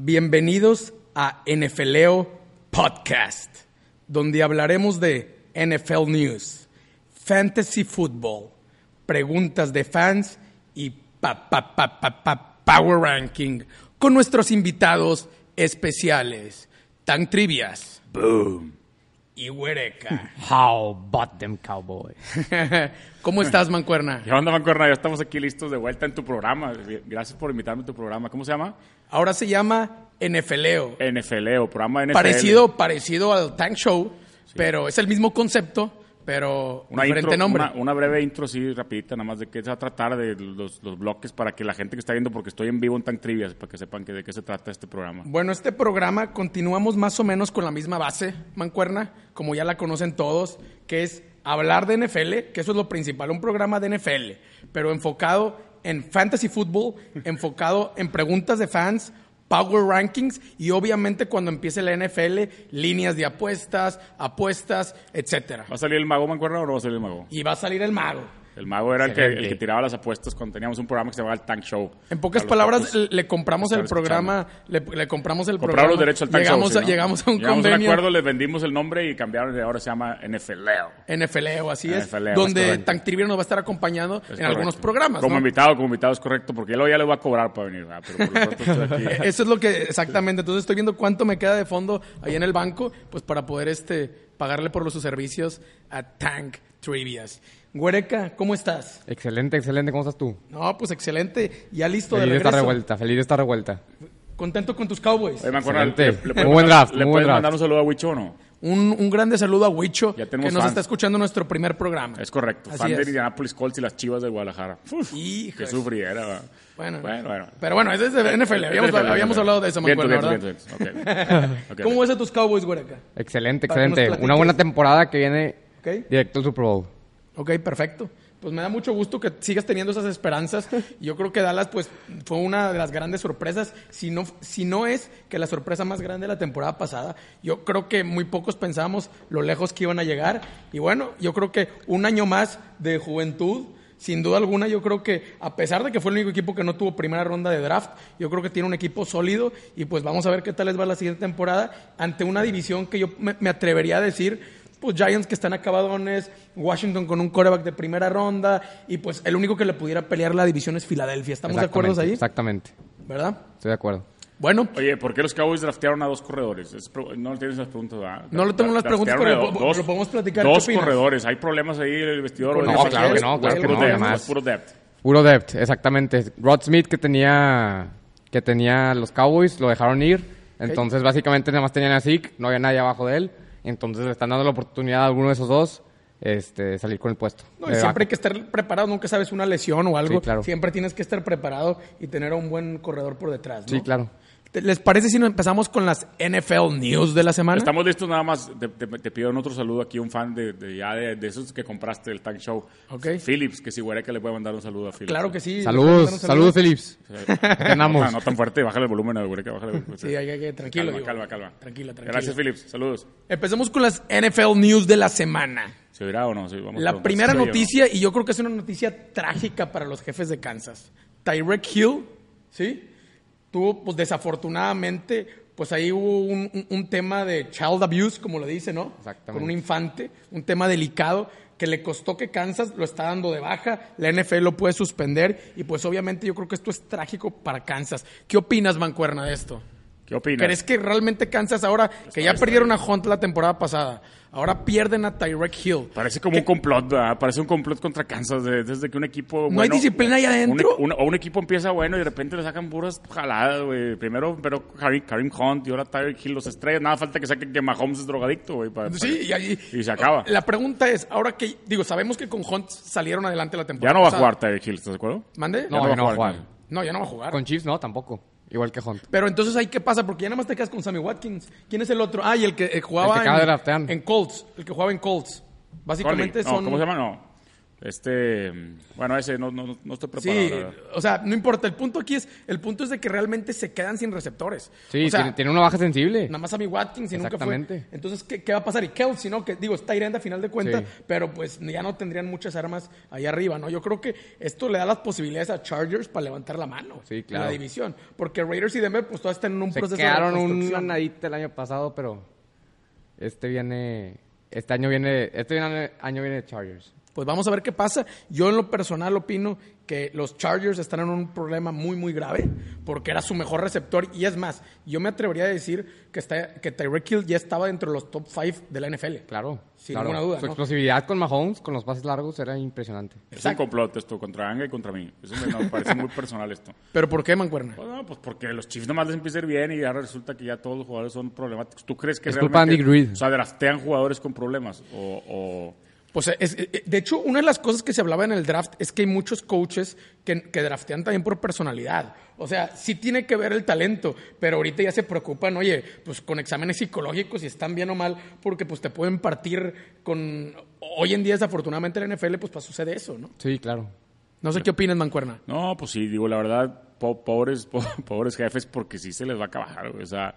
Bienvenidos a NFLeo E Podcast, donde hablaremos de NFL News, Fantasy Football, preguntas de fans y pa, pa, pa, pa, pa- Power Ranking con nuestros invitados especiales, tan trivias. Boom. Y Huereca. How about them cowboys? ¿Cómo estás, Mancuerna? ¿Qué onda, Mancuerna? Ya estamos aquí listos de vuelta en tu programa. Gracias por invitarme a tu programa. ¿Cómo se llama? Ahora se llama NFLeo. NFLeo, programa NFL. Parecido, parecido al Tank Show, pero es el mismo concepto, pero Una, diferente intro, nombre. Una, una breve intro, sí, rapidita, nada más de qué se va a tratar de los, los bloques para que la gente que está viendo, porque estoy en vivo en Tan Trivias, para que sepan que, de qué se trata este programa. Bueno, este programa continuamos más o menos con la misma base, Mancuerna, como ya la conocen todos, que es hablar de NFL, que eso es lo principal, un programa de NFL, pero enfocado en fantasy football, enfocado en preguntas de fans, power rankings y obviamente cuando empiece la NFL, líneas de apuestas, apuestas, etcétera. ¿Va a salir el mago, Mancuerna, o no va a salir el mago? Y va a salir el mago. El mago era el que, el Excelente. que tiraba las apuestas cuando teníamos un programa que se llamaba el Tank Show. En pocas A los palabras, papus. le, le compramos Están el programa, le, le compramos el programa. Compraron los derechos al Tank llegamos, Show. a, ¿sí, no? llegamos a un Llegamos a un convenio acuerdo, les vendimos el nombre y cambiaron y ahora se llama NFLeo. NFLeo, así es, NFLeo, es donde correcto. Tank Trivia nos va a estar acompañando en Es algunos correcto. programas. Como ¿no? invitado, como invitado es correcto, porque luego ya le voy a cobrar para venir, ¿verdad? Pero por lo pronto estoy aquí. Eso es lo que, exactamente. Entonces estoy viendo cuánto me queda de fondo ahí en el banco, pues para poder este pagarle por los, sus servicios a Tank Trivias. Güereca, ¿cómo estás? Excelente, excelente. ¿Cómo estás tú? No, pues excelente. Ya listo de Feliz de esta regreso. revuelta, feliz de esta revuelta. Contento con tus Cowboys. Oye, me acuerdo, Excelente. ¿le- le Muy puedes buen mandar- draft, ¿Le muy puedes buen draft. mandar un saludo a Huicho o no? Un, un grande saludo a Huicho, que Ya nos tenemos fans. está escuchando nuestro primer programa. Es correcto. Así Fan de es. Indianapolis Colts y las chivas de Guadalajara. Uf, Hijo que de- sufriera. ¿verdad? Bueno, Bueno, bueno. Pero bueno, es de NFL. Habíamos, NFL, habíamos NFL. hablado de eso, me Bien, acuerdo, bien, ¿verdad? bien, bien, bien. Ok. ¿Cómo ves a tus Cowboys, Güereca? Excelente, Para que nos excelente. Una platiques. buena temporada que viene Ok. directo al Super Bowl. Ok, perfecto. Pues me da mucho gusto que sigas teniendo esas esperanzas. Yo creo que Dallas, pues, fue una de las grandes sorpresas. Si no, si no es que la sorpresa más grande de la temporada pasada, yo creo que muy pocos pensábamos lo lejos que iban a llegar. Y bueno, yo creo que un año más de juventud, sin duda alguna, yo creo que, a pesar de que fue el único equipo que no tuvo primera ronda de draft, yo creo que tiene un equipo sólido. Y pues vamos a ver qué tal les va la siguiente temporada ante una división que yo me- me atrevería a decir pues Giants que están acabadones, Washington con un coreback de primera ronda, y pues el único que le pudiera pelear la división es Filadelfia. ¿Estamos de acuerdo Exactamente, ahí? Exactamente. ¿Verdad? Estoy de acuerdo. Bueno, Oye, ¿por qué los Cowboys draftearon a dos corredores? Es pro- no le tienes las preguntas, ¿verdad? No le tengo las preguntas, Draftearon pero a po- lo podemos platicar, ¿qué Dos opinas? corredores. Hay problemas ahí en el vestidor. No, Oye, claro que es- no, claro es que puro no, depth, jamás. es puro depth. Puro depth, exactamente. Rod Smith que tenía que tenía los Cowboys, lo dejaron ir. Entonces, básicamente nada más tenían a Zeke, no había nadie abajo de él. Entonces, le están dando la oportunidad a alguno de esos dos este, de salir con el puesto. Eh, no, y De siempre hay back. que estar preparado, nunca sabes una lesión o algo. Sí, claro. Siempre tienes que estar preparado y tener a un buen corredor por detrás. ¿no? Sí, claro. ¿Te- ¿Les parece si nos empezamos con las NFL News de la semana? Estamos listos nada más. Te, te, te pidieron otro saludo aquí, un fan de, de, ya de, de esos que compraste del Tank Show. Ok. Phillips, que si hubiera que le puede mandar un saludo a Phillips. Claro que sí. Saludos, Un saludos, Philips. No, Ganamos. tan- no tan fuerte, bájale el volumen, güey, que bájale el volumen. Sí, hay- hay que- tranquilo. Calma, digo. calma, calma. Tranquilo, tranquilo. Gracias, Phillips. Saludos. Empecemos con las NFL News de la semana. ¿Se verá o no? Sí, vamos a La preguntar. primera ¿Sí o no? noticia, y yo creo que es una noticia trágica para los jefes de Kansas. Tyrek Hill, ¿sí? Tuvo, pues desafortunadamente, pues ahí hubo un, un- un tema de child abuse, como lo dice, ¿no? Exactamente. Con un infante, un tema delicado que le costó que Kansas lo está dando de baja, la NFL lo puede suspender, y pues obviamente yo creo que esto es trágico para Kansas. ¿Qué opinas, Mancuerna, de esto? ¿Qué opinas? ¿Crees que realmente Kansas ahora, que ya está perdieron a Hunt la temporada pasada, ahora pierden a Tyrek Hill? Parece como un complot, ¿verdad? Parece un complot contra Kansas. de- desde que un equipo. ¿No hay disciplina ahí adentro? un- un- o un equipo empieza bueno y de repente le sacan puras jaladas, güey. Primero, pero Karim, Karim Hunt y ahora Tyreek Hill los estrellas. Nada falta que saquen que Mahomes es drogadicto, güey. para- para- Sí, y, ahí- Y se acaba. La pregunta es, ahora que, digo, sabemos que con Hunt salieron adelante la Ya temporada. no va a pasada. jugar Tyreek Hill, ¿estás de acuerdo? ¿Mande? No, va ya a no va a jugar. jugar. No, ya no va a jugar. Con Chiefs no, tampoco. Igual que Hunt. Pero entonces ahí qué pasa, porque ya nada más te quedas con Sammy Watkins. ¿Quién es el otro? Ah, y el que eh, jugaba El que acaba de en, draftear. en Colts, el que jugaba en Colts. Básicamente Conley. No, son... ¿Cómo se llama? No. Este. Bueno, ese no, no, no estoy preparado. Sí, la verdad. o sea, no importa. El punto aquí es, el punto es de que realmente se quedan sin receptores. Sí, o sea, tiene, tiene una baja sensible. Nada más a mi Watkins y nunca fue. Exactamente. Entonces, ¿qué, qué va a pasar? Y Kelsey, ¿no? Que digo, está Irenda a final de cuentas, Sí. pero pues ya no tendrían muchas armas allá arriba, ¿no? Yo creo que esto le da las posibilidades a Chargers para levantar la mano Sí, en claro. la división. Porque Raiders y Denver, pues todas están en un Se proceso quedaron de una reconstrucción. nadita el año pasado, pero este viene. Este año viene. Este viene- año viene Chargers. Pues vamos a ver qué pasa. Yo en lo personal opino que los Chargers están en un problema muy, muy grave porque era su mejor receptor. Y es más, yo me atrevería a decir que, está, que Tyreek Hill ya estaba dentro de los top 5 de la NFL. Claro. Sin claro. ninguna duda, Su ¿no? explosividad con Mahomes, con los pases largos, era impresionante. Es un complot esto contra Anga y contra mí. Eso me no, parece muy personal esto. ¿Pero por qué, Mancuerna? Pues no, pues porque los Chiefs nomás les empieza a ir bien y ahora resulta que ya todos los jugadores son problemáticos. ¿Tú crees que Es culpa de realmente... Andy Reid. O sea, draftean jugadores con problemas o... o- Pues es- eh, de hecho, una de las cosas que se hablaba en el draft es que hay muchos coaches que, que draftean también por personalidad. O sea, sí tiene que ver el talento, pero ahorita ya se preocupan, oye, pues con exámenes psicológicos, si están bien o mal, porque pues te pueden partir con... Hoy en día, desafortunadamente, en la NFL, pues, pues sucede eso, ¿no? Sí, claro. No sé qué opinas, Mancuerna. No, pues sí, digo, la verdad, po- pobres, po- pobres jefes, porque sí se les va a acabar. güey. O sea,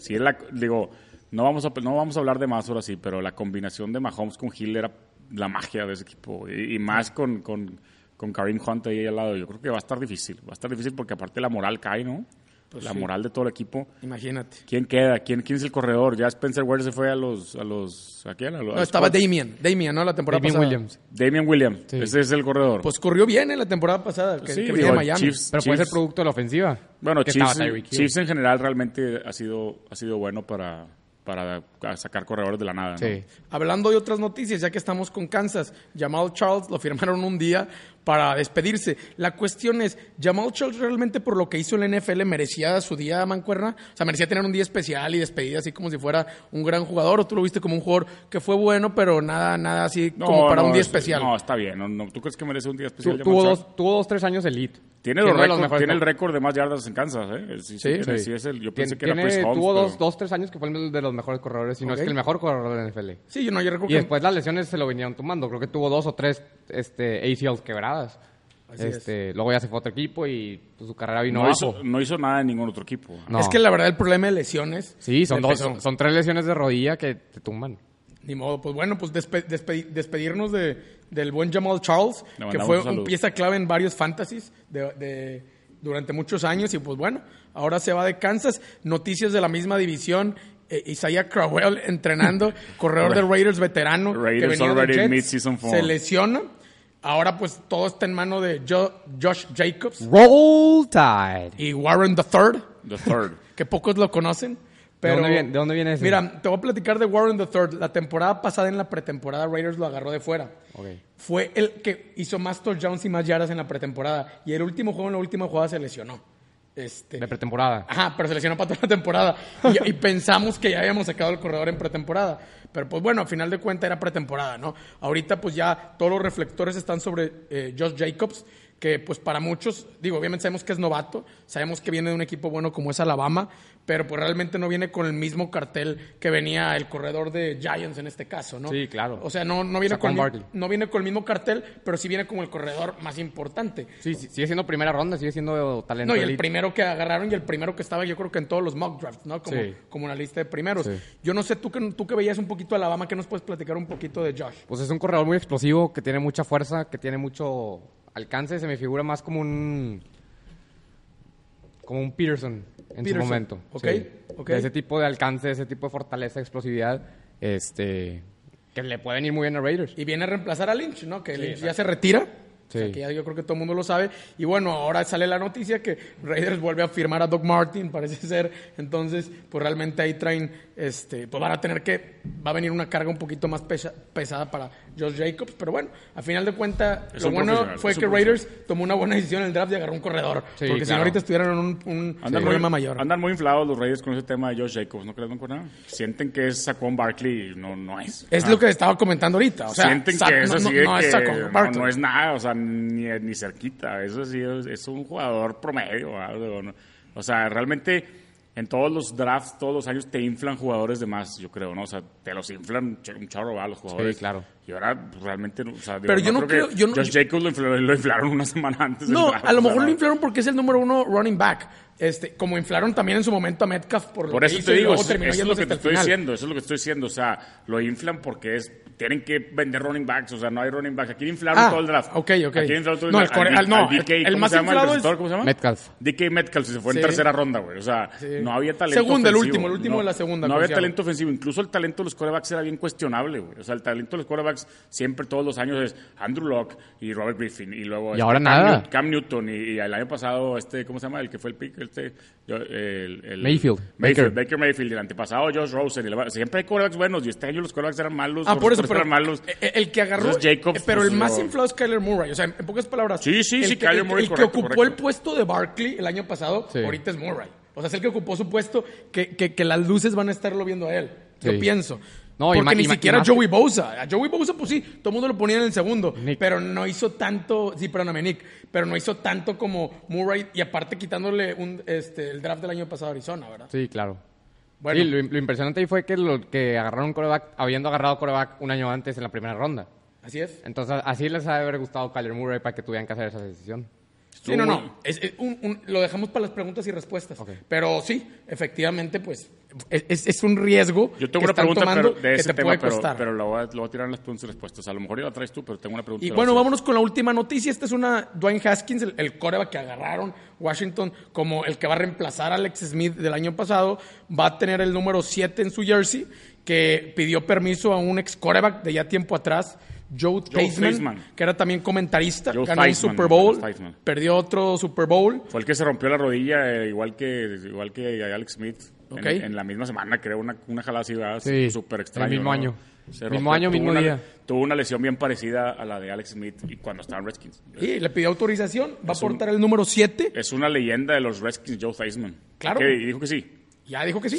si es la... Digo, no vamos, a, no vamos a hablar de más ahora sí, pero la combinación de Mahomes con Hill era la magia de ese equipo. güey. Y, y más con, con, con Karim Hunt ahí al lado. Yo creo que va a estar difícil. Va a estar difícil porque aparte la moral cae, ¿no? Pues la moral de todo el equipo. Imagínate. ¿Quién queda? ¿Quién, ¿Quién es el corredor? Ya Spencer Ware se fue a los... ¿A los ¿A quién? A los, No, estaba Damien, Damien, ¿no? La temporada Damien pasada. Williams. Damian Williams. Sí. Ese es el corredor. Pues corrió bien en la temporada pasada, que, Sí, que venía de digo, Miami. Chiefs- Pero puede Chiefs- ser producto de la ofensiva. Bueno, Que estaba Chiefs, Tyreek Hill. Chiefs en general realmente ha sido, ha sido bueno para, para sacar corredores de la nada. ¿no? Sí. Hablando de otras noticias, ya que estamos con Kansas, Jamal Charles lo firmaron un día para despedirse. La cuestión es, ¿Jamal Charles realmente por lo que hizo en la NFL merecía su día mancuerna? O sea, ¿merecía tener un día especial y despedida así como si fuera un gran jugador? ¿O tú lo viste como un jugador que fue bueno, pero nada, nada así No, como para no, un día es- especial? No, está bien. No, no. ¿Tú crees que merece un día especial? Tu- Jamal tuvo, Charles? dos, tuvo dos, tres años elite. Tiene, Siendo los de los récords- mejores tiene el top. récord de más yardas en Kansas. ¿eh? Sí, sí, Sí, tiene- Sí. sí es el, yo pensé Tien- que era tiene- Chris Holmes. Tuvo pero- dos, dos, tres años que fue el de los mejores corredores, si no Ok. es que el mejor corredor de la NFL. Sí, yo no, yo recuerdo Y que- después las lesiones se lo venían tomando. Creo que tuvo dos o tres este, ACLs quebradas. Así es. este, Luego ya se fue a otro equipo y pues, su carrera vino No, abajo. hizo, no hizo nada en ningún otro equipo. No. Es que la verdad el problema de lesiones... Sí, son, de dos, peso- son, son tres lesiones de rodilla que te tumban. Ni modo, pues bueno, pues despe- despe- despedirnos de, del buen Jamal Charles, que Le mandamos fue un una saludo. pieza clave en varios fantasies de, de- durante muchos años y pues bueno, ahora se va de Kansas. Noticias de la misma división, eh, Isaiah Crowell entrenando, corredor de Raiders veterano, que Raiders venía de already in Jets, mid-season form. se lesiona. Ahora pues todo está en mano de Jo- Josh Jacobs Roll Tide. y Warren III The third. que pocos lo conocen. Pero, dónde viene- de dónde viene ese? Mira, te voy a platicar de Warren III. La temporada pasada en la pretemporada Raiders lo agarró de fuera. Ok. Fue el que hizo más touchdowns y más yardas en la pretemporada. Y el último juego, en la última jugada, se lesionó. Este, De pretemporada. Ajá, pero se lesionó para toda la temporada. Y, y pensamos que ya habíamos sacado el corredor en pretemporada. Pero pues bueno, a final de cuentas era pretemporada, ¿no? Ahorita pues ya todos los reflectores están sobre eh, Josh Jacobs, que pues para muchos, digo, obviamente sabemos que es novato, sabemos que viene de un equipo bueno como es Alabama, pero pues realmente no viene con el mismo cartel que venía el corredor de Giants en este caso, ¿no? Sí, claro. O sea, no, no, viene, con, Saquon el- Barkley. no viene con el mismo cartel, pero sí viene como el corredor más importante. Sí, sí, sigue siendo primera ronda, sigue siendo talento No, y el elite. primero que agarraron y el primero que estaba, yo creo que en todos los mock drafts, ¿no? Como, Sí. como una lista de primeros. Sí. Yo no sé, tú que, tú que veías un poquito a Alabama, ¿qué nos puedes platicar un poquito de Josh? Pues es un corredor muy explosivo, que tiene mucha fuerza, que tiene mucho alcance. Se me figura más como un. como un Peterson en Peterson, su momento. ok, ok. De ese tipo de alcance, de ese tipo de fortaleza, explosividad, este. que le pueden ir muy bien a Raiders. Y viene a reemplazar a Lynch, ¿no? Que Lynch ya se retira. O sea, Sí. que ya yo creo que todo el mundo lo sabe. Y bueno, ahora sale la noticia que Raiders vuelve a firmar a Doc Martin, parece ser. Entonces, pues realmente ahí traen, este, pues van a tener que, va a venir una carga un poquito más pesa- pesada para Josh Jacobs. Pero bueno, a final de cuentas, Es lo un bueno profesional, fue es un que Raiders tomó una buena decisión en el draft y agarró un corredor. Sí, porque si no, claro. ahorita estuvieran en un, un Andan, problema muy, mayor. andan muy inflados los Raiders con ese tema de Josh Jacobs. ¿No crees, Mancuerna? Sienten que es Saquon Barkley y no, no es. es Ah. lo que estaba comentando ahorita. O sea, sienten Sac- que es no- así no, de no que es Saquon no, Barkley. no es nada, o sea, ni, ni cerquita. Eso sí es, es un jugador promedio, ¿verdad? Digo, no, O sea, realmente en todos los drafts, todos los años te inflan jugadores de más, yo creo, ¿no? O sea, te los inflan un ch- un charro a los jugadores. Sí, claro. Y ahora pues, realmente, no- o sea, digo, Pero yo no creo- que yo no- Josh Jacobs lo inflaron, lo inflaron una semana antes. del No, draft, a lo o sea, mejor lo no. inflaron porque es el número uno running back. Este, como inflaron también en su momento a Metcalf por lo Por que eso hizo te y digo, luego eso, terminó eso es lo yéndose que hasta te el estoy final. diciendo, eso es lo que estoy diciendo, o sea, lo inflan porque es tienen que vender running backs, o sea, no hay running backs, aquí inflaron Ah, todo el draft. ok, ok. Aquí inflaron todo el No, el draft. core- Al- al- no, al DK, el ¿cómo más se llama? inflado el receptor, es- ¿cómo se llama? Metcalf. DK Metcalf se fue Sí. en tercera ronda, güey, o sea, no había talento Segundo, el ofensivo, último, el último no, de la segunda, No había confiable. talento ofensivo, incluso el talento de los corebacks era bien cuestionable, güey. O sea, el talento de los corebacks siempre todos los años es Andrew Locke y Robert Griffin y luego Y este, ahora Cam nada. Newt- Cam Newton y, y el año pasado este, ¿cómo se llama? El que fue el pick, este yo- el- el- Mayfield. Mayfield, Baker. Baker Mayfield, el antepasado Josh Rosen. y la- siempre hay quarterbacks buenos y este año los quarterbacks eran malos. Ah, los por eso, receptores pero eran malos. eh, eh, el que agarró, Entonces, Jacobs, eh, pero pues, el más digo, inflado es Kyler Murray, o sea, en, en pocas palabras. Sí, sí, el sí, que, Kyler el- Murray, el que correcto, ocupó el correcto. puesto de Barkley el año pasado, Sí. ahorita es Murray. O sea, es el que ocupó su puesto, que, que, que las luces van a estarlo viendo a él. Yo Sí. pienso. No, y Porque ma- ni y ma- y siquiera más- Joey Bosa. A Joey Bosa, pues sí, todo el mundo lo ponía en el segundo. Nick. Pero no hizo tanto. Sí, perdóname, Nick. Pero no hizo tanto como Murray. Y aparte quitándole un, este, el draft del año pasado a Arizona, ¿verdad? Sí, claro. Bueno. Sí, lo, lo impresionante ahí fue que, lo, que agarraron coreback, habiendo agarrado coreback un año antes en la primera ronda. Así es. Entonces, así les ha de haber gustado Kyler Murray para que tuvieran que hacer esa decisión. Sí, no, no. Es- es un- un- lo dejamos para las preguntas y respuestas. Ok. Pero sí, efectivamente, pues es, es- es un riesgo Yo tengo que una están pregunta tomando pero de ese que te tema, puede pero, costar. pero lo, voy a, lo voy a tirar en las preguntas y respuestas. A lo mejor ya la traes tú, pero tengo una pregunta. y de bueno, ustedes. vámonos con la última noticia. Esta es una Dwayne Haskins, el, el coreba que agarraron Washington como el que va a reemplazar a Alex Smith del año pasado. Va a tener el número 7 en su jersey, que pidió permiso a un ex coreback de ya tiempo atrás, Joe, Theismann, Theismann. que era también comentarista. Joe ganó un Theismann, Super Bowl, Theismann. perdió otro Super Bowl. Fue el que se rompió la rodilla, eh, igual que igual que Alex Smith. en- Ok. En, la misma semana, creo, una, una jalada así, ¿verdad? Sí, súper el extraña. mismo ¿no? año. Se Mismo rompió. año, Tuvo mismo una- día. Tuvo una lesión bien parecida a la de Alex Smith y cuando estaba en Redskins. Y le pidió autorización, va a portar el número 7. Es una leyenda de los Redskins, Joe Theismann. Claro. Que dijo que sí. Ya dijo que sí.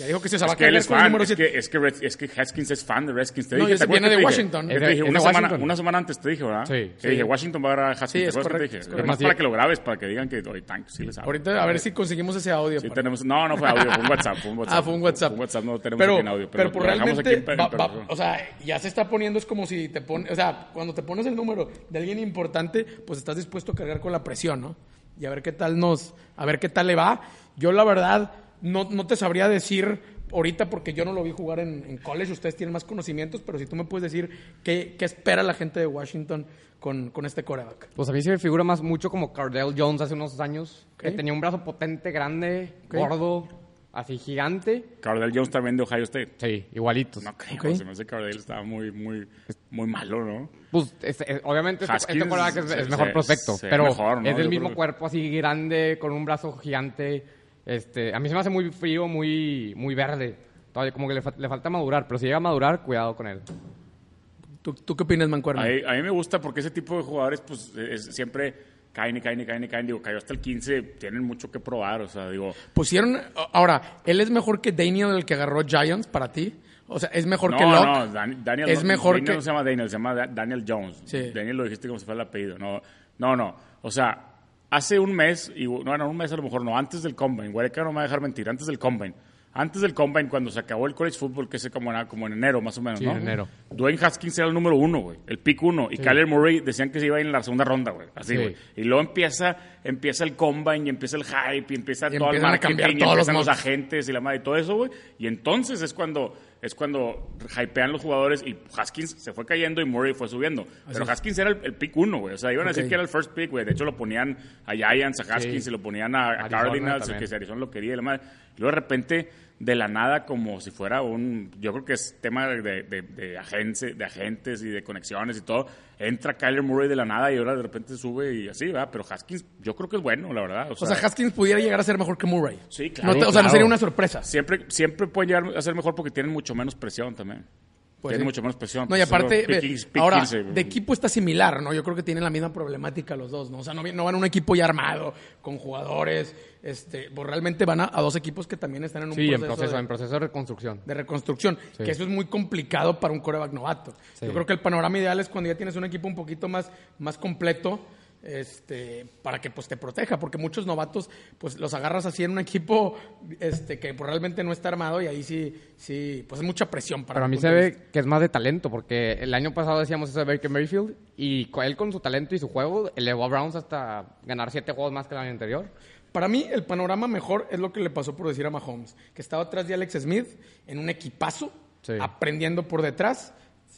Ya dijo que sí, se va Es a que él quedar es con el fan. número Es 7. que, eh, es, que Red- es que Haskins es fan de Redskins. Te No, dije, y ¿te ese acuerdas viene que te de dije? Washington. Te Es de- dije, es una, de semana, Washington. una semana antes te dije, ¿verdad? Sí, Te sí. dije, Washington va a agarrar a Haskins. Sí, ¿te es acuerdas que te correcto, dije? es Es correcto. más para que lo grabes, para que digan que hoy tank, sí les hablo. Ahorita a ver si conseguimos ese audio. eh. Sí para- tenemos, no, no fue audio, fue un WhatsApp. Fue un WhatsApp Ah, fue un WhatsApp. no lo tenemos pero, aquí en audio. Pero, Pero, pues, lo dejamos realmente, aquí en- en va- va- producción. o sea, ya se está poniendo, es como si te pones, o sea, cuando te pones el número de alguien importante, pues estás dispuesto a cargar con la presión, ¿no? Y a ver qué tal nos, a ver qué tal le va. Yo la verdad, no, no te sabría decir ahorita porque yo no lo vi jugar en, en college, ustedes tienen más conocimientos, pero si tú me puedes decir qué, qué espera la gente de Washington con, con este coreback. Pues a mí se me figura más mucho como Cardell Jones hace unos años, que tenía un brazo potente, grande, Ok. gordo, así gigante. Cardell Jones también de Ohio State. Sí, igualitos. No creo, Ok. se me hace que Cardell estaba muy, muy, muy malo, ¿no? Pues es- es- obviamente este- Haskins este quarterback es, se- es mejor se- prospecto, se- pero mejor, ¿no? es del Yo mismo creo que- cuerpo así grande, con un brazo gigante. Este, a mí se me hace muy frío, muy, muy verde. Todavía como que le, fa- le falta madurar, pero si llega a madurar, cuidado con él. ¿Tú, tú qué opinas, Mancuerna? A, mí- a mí me gusta porque ese tipo de jugadores, pues, es- siempre caen y caen y caen y caen. Digo, cayó hasta el 15, tienen mucho que probar, o sea, digo... Pusieron. Ahora, él es mejor que Daniel, el que agarró Giants para ti. O sea, es mejor que no, Locke. no, Dan- Daniel Es no- mejor Daniel que- no se llama Daniel, se llama Da- Daniel Jones. Sí. Daniel lo dijiste como si fuera el apellido. No, no, no. O sea, hace un mes, y, no, no, un mes a lo mejor no, antes del Combine, Huereca no me va a dejar mentir, antes del Combine. Antes del Combine, cuando se acabó el college football, que se como, era como en enero más o menos, Sí, ¿no? en enero. Dwayne Haskins era el número uno, güey. El pick uno. Y Kyler Murray decían que se iba a ir en la segunda ronda, güey. Así, Sí. güey. Y luego empieza, empieza el Combine, y empieza el hype, y empieza todo el empiezan a marketing, cambiar y todos los empiezan los mocks. agentes y la madre y todo eso, güey. Y entonces es cuando es cuando hypean los jugadores y Haskins se fue cayendo y Murray fue subiendo. Pero Haskins era el, el pick uno, güey. O sea, iban a Ok. decir que era el first pick, güey. De hecho, lo ponían a Giants, a Haskins Sí. y lo ponían a, a Arizona Cardinals, también. que si Arizona lo quería y la madre. Y luego de repente, de la nada, como si fuera un. Yo creo que es tema de, de, de, agencia- de agentes y de conexiones y todo. Entra Kyler Murray de la nada y ahora de repente sube y así, ¿verdad? Pero Haskins, yo creo que es bueno, la verdad. O sea, Haskins pudiera llegar a ser mejor que Murray. Sí, claro. No te- o sea, no Claro. sería una sorpresa. Siempre, siempre pueden llegar a ser mejor porque tienen mucho menos presión también. Pues sí. tienen mucho menos presión. No, y Pues, aparte, solo ve, pick 15, pick ahora, 15, de equipo está similar, ¿no? Yo creo que tienen la misma problemática los dos, ¿no? O sea, no, vi- no van a un equipo ya armado, con jugadores, este, pues realmente van a, a dos equipos que también están en un Sí, proceso, en proceso, de- en proceso de reconstrucción. de reconstrucción, Sí. que eso es muy complicado para un coreback novato. Sí. Yo creo que el panorama ideal es cuando ya tienes un equipo un poquito más, más completo este, para que pues te proteja, porque muchos novatos pues los agarras así en un equipo este, que pues, realmente no está armado y ahí sí, sí, pues es mucha presión para Pero a mi mí punto se de ve vista. que es más de talento, porque el año pasado decíamos eso de Baker Mayfield, y co- él con su talento y su juego elevó a Browns hasta ganar siete juegos más que el año anterior. Para mí el panorama mejor es lo que le pasó por decir a Mahomes, que estaba atrás de Alex Smith en un equipazo, Sí. aprendiendo por detrás,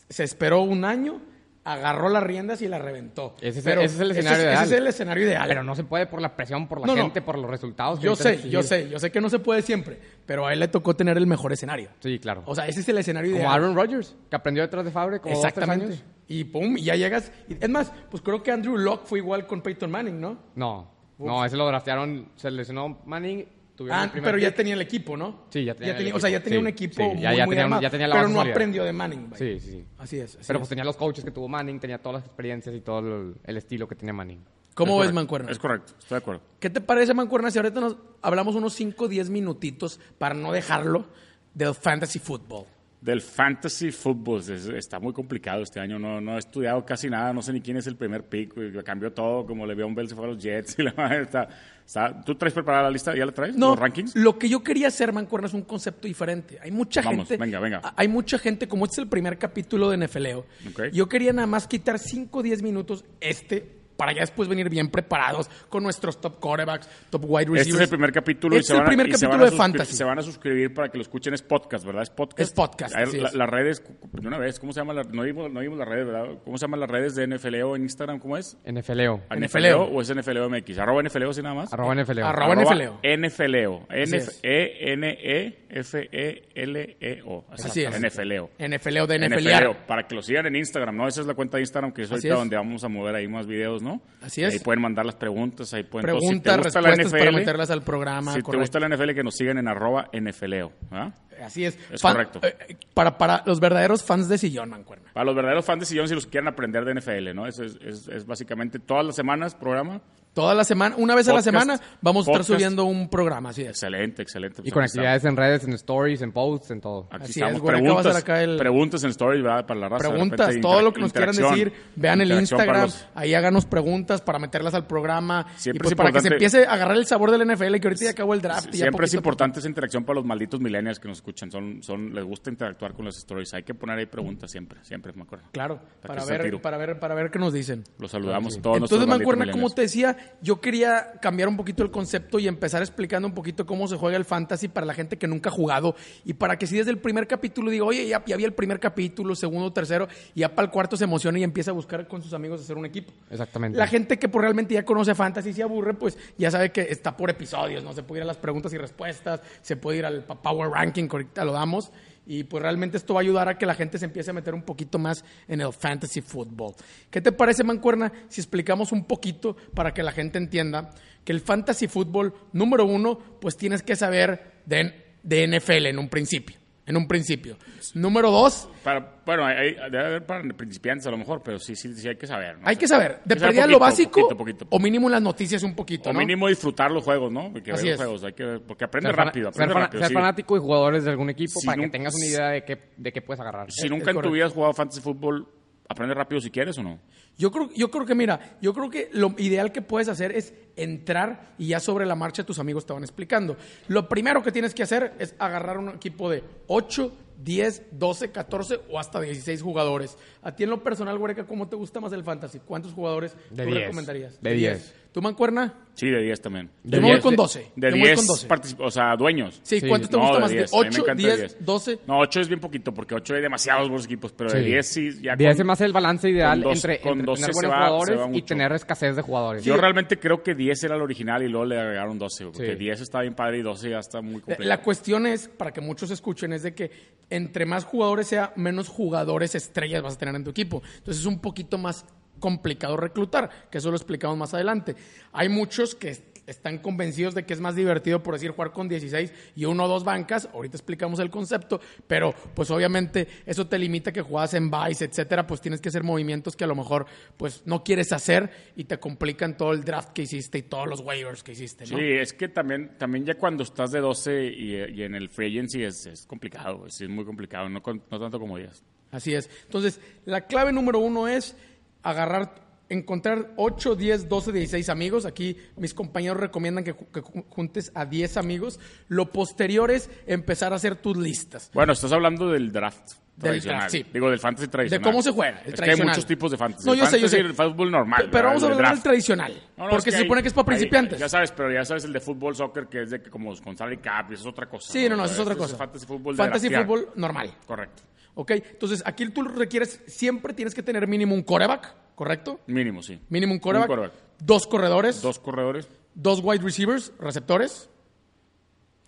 se esperó un año, agarró las riendas y la reventó. Ese es, Pero ese es el ese escenario ese ideal. es el escenario ideal. Pero no se puede por la presión, por la No, no. gente, por los resultados. que Yo ahorita sé, yo exigir. sé, yo sé que no se puede siempre, pero a él le tocó tener el mejor escenario. Sí, claro. O sea, ese es el escenario como ideal. Aaron Rodgers, que aprendió detrás de Fabre como dos, tres Exactamente. años. Y pum, y ya llegas. Y- Es más, pues creo que Andrew Locke fue igual con Peyton Manning, ¿no? No, no, ese lo draftearon, se lesionó Manning, tuvieron Ah, el primer pero ya pick. tenía el equipo, ¿no? Sí, ya tenía el O sea, equipo. ya tenía Sí, un equipo sí, muy, ya- ya muy tenía- armado, ya tenía la Pero base no sólida. aprendió de Manning. vaya. Sí, sí, sí. Así es. así pero es. pues tenía los coaches que tuvo Manning, tenía todas las experiencias y todo el, el estilo que tenía Manning. ¿Cómo ves, Es correcto, Mancuerna? Es correcto, estoy de acuerdo. ¿Qué te parece, Mancuerna? Si ahorita nos hablamos unos 5 o 10 minutitos para no dejarlo del fantasy football. Del fantasy fútbol, es- está muy complicado este año, no, no he estudiado casi nada, no sé ni quién es el primer pick, güey, cambió todo, como le vio a un Bell se fue a los Jets y la madre está, está- ¿Tú traes preparada la lista? ¿Ya la traes? No, ¿Los rankings? lo que yo quería hacer, Mancuerna, es un concepto diferente. Hay mucha Vamos, gente. venga, venga. a- Hay mucha gente, como este es el primer capítulo de Nefeleo. Ok. Yo quería nada más quitar 5 o 10 minutos este para ya después venir bien preparados con nuestros top quarterbacks, top wide receivers. Este es el primer capítulo Este y es se el van a- primer y se van capítulo a de suscri- Fantasy. Se van a suscribir para que lo escuchen, es podcast, ¿verdad? Es podcast. Es podcast, Ahí así la- es. Las redes, de una vez, ¿cómo se llama? la- no, vimos, no vimos las redes, ¿verdad? ¿Cómo se llaman las redes de NFLEO en Instagram? ¿Cómo es? NFLeo, NFLEO. o es NFLEO MX? Arroba NFLEO sin nada más. arroba NFLeo. Arroba NFLEO. NFLEO. es. E N-E-N-E-F-E-L-E-O. Así es. NFLEO. NFLeo de NFLEO, NFLeo. para que lo sigan en Instagram, ¿no? Esa es la cuenta de Instagram que es Así ahorita es. donde vamos a mover ahí más videos, ¿no? Así Y es. Ahí pueden mandar las preguntas, ahí pueden... entonces, si te Preguntas, gusta respuestas para NFL, meterlas al programa. si te correcto. gusta la NFL, que nos sigan en arroba NFLEO. ¿ah? Así es. Es Fan- correcto. eh, eh, para, para los verdaderos fans de Sillón, Mancuerna. Para los verdaderos fans de Sillón, si los quieren aprender de NFL, ¿no? Eso es, es- es básicamente todas las semanas programa. Toda la semana, una vez Podcast, a la semana, vamos a estar podcast. subiendo un programa, así es. Excelente, excelente. Pues Y con actividades en redes, en stories, en posts, en todo. Aquí Así estamos. es, güey, acabas de preguntas, dar acá el- preguntas en stories, ¿verdad? Para la raza. de Preguntas, repente, todo inter- lo que nos quieran interacción. decir, vean el Interacción Instagram, para los- ahí háganos preguntas para meterlas al programa y Siempre pues es para que se importante- empiece a agarrar el sabor del NFL que ahorita ya acabó el draft. y ya Siempre es poquito a poquito. importante esa interacción para los malditos millennials que nos escuchan. Son, son, les gusta interactuar con las stories. Hay que poner ahí preguntas siempre, siempre, me acuerdo. Claro, para que se ver, tiro. para ver, para ver qué nos dicen. Los saludamos todos Entonces, nuestros malditos Mancuerna, como millennials. te decía, yo quería cambiar un poquito el concepto y empezar explicando un poquito cómo se juega el fantasy para la gente que nunca ha jugado y para que si desde el primer capítulo digo, oye, ya, ya vi el primer capítulo, segundo, tercero, y ya para el cuarto se emociona y empieza a buscar con sus amigos hacer un equipo. Exactamente. La gente que pues, realmente ya conoce fantasy y se aburre, pues ya sabe que está por episodios, ¿no? Se puede ir a las preguntas y respuestas, se puede ir al pa- Power Ranking, que ahorita lo damos. Y pues realmente esto va a ayudar a que la gente se empiece a meter un poquito más en el fantasy football. ¿Qué te parece, Mancuerna, si explicamos un poquito para que la gente entienda que el fantasy football, número uno, pues tienes que saber de, de NFL en un principio? En un principio. Número dos, Para, bueno, hay- hay- debe haber para principiantes a lo mejor, pero sí, sí, sí hay que saber. ¿no? hay que saber, de Hay que saber perdida lo poquito, básico poquito, poquito. o mínimo las noticias un poquito. O ¿no? mínimo disfrutar los juegos, ¿no? Porque Así ver los es. juegos, hay que, porque aprende ser, fan- rápido, ser, aprende fan- rápido. ser sí. fanático y jugadores de algún equipo Si para que nunca- tengas una idea de qué, de qué puedes agarrar. Si nunca es en tu correcto. vida has jugado fantasy fútbol, aprende rápido si quieres o no. Yo creo, yo creo que, mira, yo creo que lo ideal que puedes hacer es entrar y ya sobre la marcha tus amigos te van explicando. Lo primero que tienes que hacer es agarrar un equipo de 8, 10, 12, 14 o hasta 16 jugadores. A ti en lo personal, Huerca, ¿cómo te gusta más el fantasy? ¿Cuántos jugadores De tú 10. recomendarías? De 10. ¿Tú, Mancuerna? Sí, de 10 también. De yo me voy 10. con 12. De yo me voy 10, con 12. particip- o sea, dueños. Sí, Sí. ¿cuánto te No, gusta de más? 10, ¿De a mí me 8, encanta 10, de 10. 12? No, 8 es bien poquito, porque 8 hay demasiados buenos equipos, pero de Sí. 10 sí, ya De con- ese más el balance ideal con dos- entre, con entre 12 tener se buenos va- se va jugadores y mucho. tener escasez de jugadores. Yo realmente creo que 10 era el original y luego le agregaron 12, güey, porque Sí. 10 está bien padre y 12 ya está muy La- complejo. La cuestión es, para que muchos escuchen, es de que entre más jugadores sea, menos jugadores estrellas vas a tener en tu equipo. Entonces es un poquito más complicado reclutar, que eso lo explicamos más adelante. Hay muchos que est- están convencidos de que es más divertido, por decir, jugar con 16 y uno o dos bancas. Ahorita explicamos el concepto, pero pues obviamente eso te limita que juegas en vice, etcétera. Pues tienes que hacer movimientos que a lo mejor pues no quieres hacer y te complican todo el draft que hiciste y todos los waivers que hiciste, Sí, ¿no? es que también, también ya cuando estás de 12 y, y en el free agency es, es complicado, güey, sí, es muy complicado, no, con- no tanto como 10. Así es. Entonces, la clave número uno es agarrar encontrar 8, 10, 12, 16 amigos. Aquí mis compañeros recomiendan que, ju- que ju- juntes a 10 amigos. Lo posterior es empezar a hacer tus listas. Bueno, estás hablando del draft. Del tradicional. draft, sí. Digo, del fantasy tradicional. cómo se juega, el es que hay tradicional. muchos tipos de fantasy. No, El yo sé, yo fantasy, sé. El fútbol normal. Pero vamos a ¿verdad? El hablar del draft. tradicional. No, no, porque es se hay- supone que es para hay- principiantes. ya sabes, pero ya sabes el de fútbol, soccer, que es de que como con salary cap, y eso es otra cosa. sí, no, no, O eso sea, es otra esto cosa. fantasy fútbol de Fantasy draftear. fútbol normal. Correcto. ¿Ok? Entonces, aquí tú requieres, siempre tienes que tener mínimo un coreback, ¿correcto? Mínimo, sí. Mínimo un coreback. quarterback. Dos corredores. Dos. Dos corredores. wide receivers, receptores.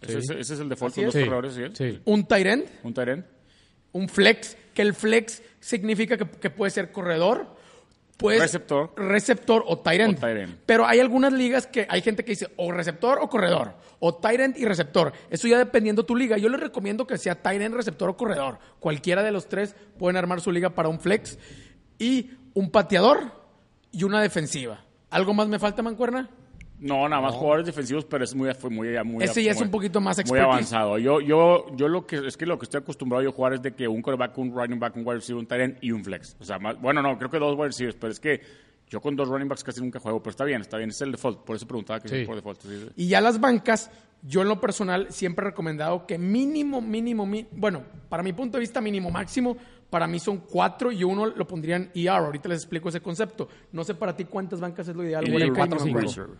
Ese, es, ese es el default. Así Son es. dos Sí. corredores, ¿sí? es? Sí. Un tight end. Un Tyrant. Un flex. Que el flex significa que, que puede ser corredor. Puedes, Receptor. Receptor o tight end. O tight end. Pero hay algunas ligas que hay gente que dice o receptor o corredor. O tight end y receptor. Eso ya dependiendo tu liga. Yo les recomiendo que sea tight end, receptor o corredor. Cualquiera de los tres pueden armar su liga para un flex. Y un pateador y una defensiva. ¿Algo más me falta, Mancuerna? No, nada más jugadores defensivos, pero es muy, fue muy, muy Ese Este ya es muy- un poquito más muy expertise. avanzado. Yo, yo, yo lo que es que lo que estoy acostumbrado yo a jugar es de que un quarterback, un running back, un wide receiver, un tight end y un flex. O sea, más- bueno, no, creo que dos wide receivers, pero es que yo con dos running backs casi nunca juego, pero está bien, está bien, es el default. Por eso preguntaba que Sí. es por default. sí, sí. Y ya las bancas, yo en lo personal siempre he recomendado que mínimo, mínimo, mi- bueno, para mi punto de vista, mínimo, máximo, para mí son cuatro y uno lo pondrían ER. Ahorita les explico ese concepto. No sé para ti cuántas bancas es lo ideal. Y güey, de acá cuatro, no me cinco. acuerdo.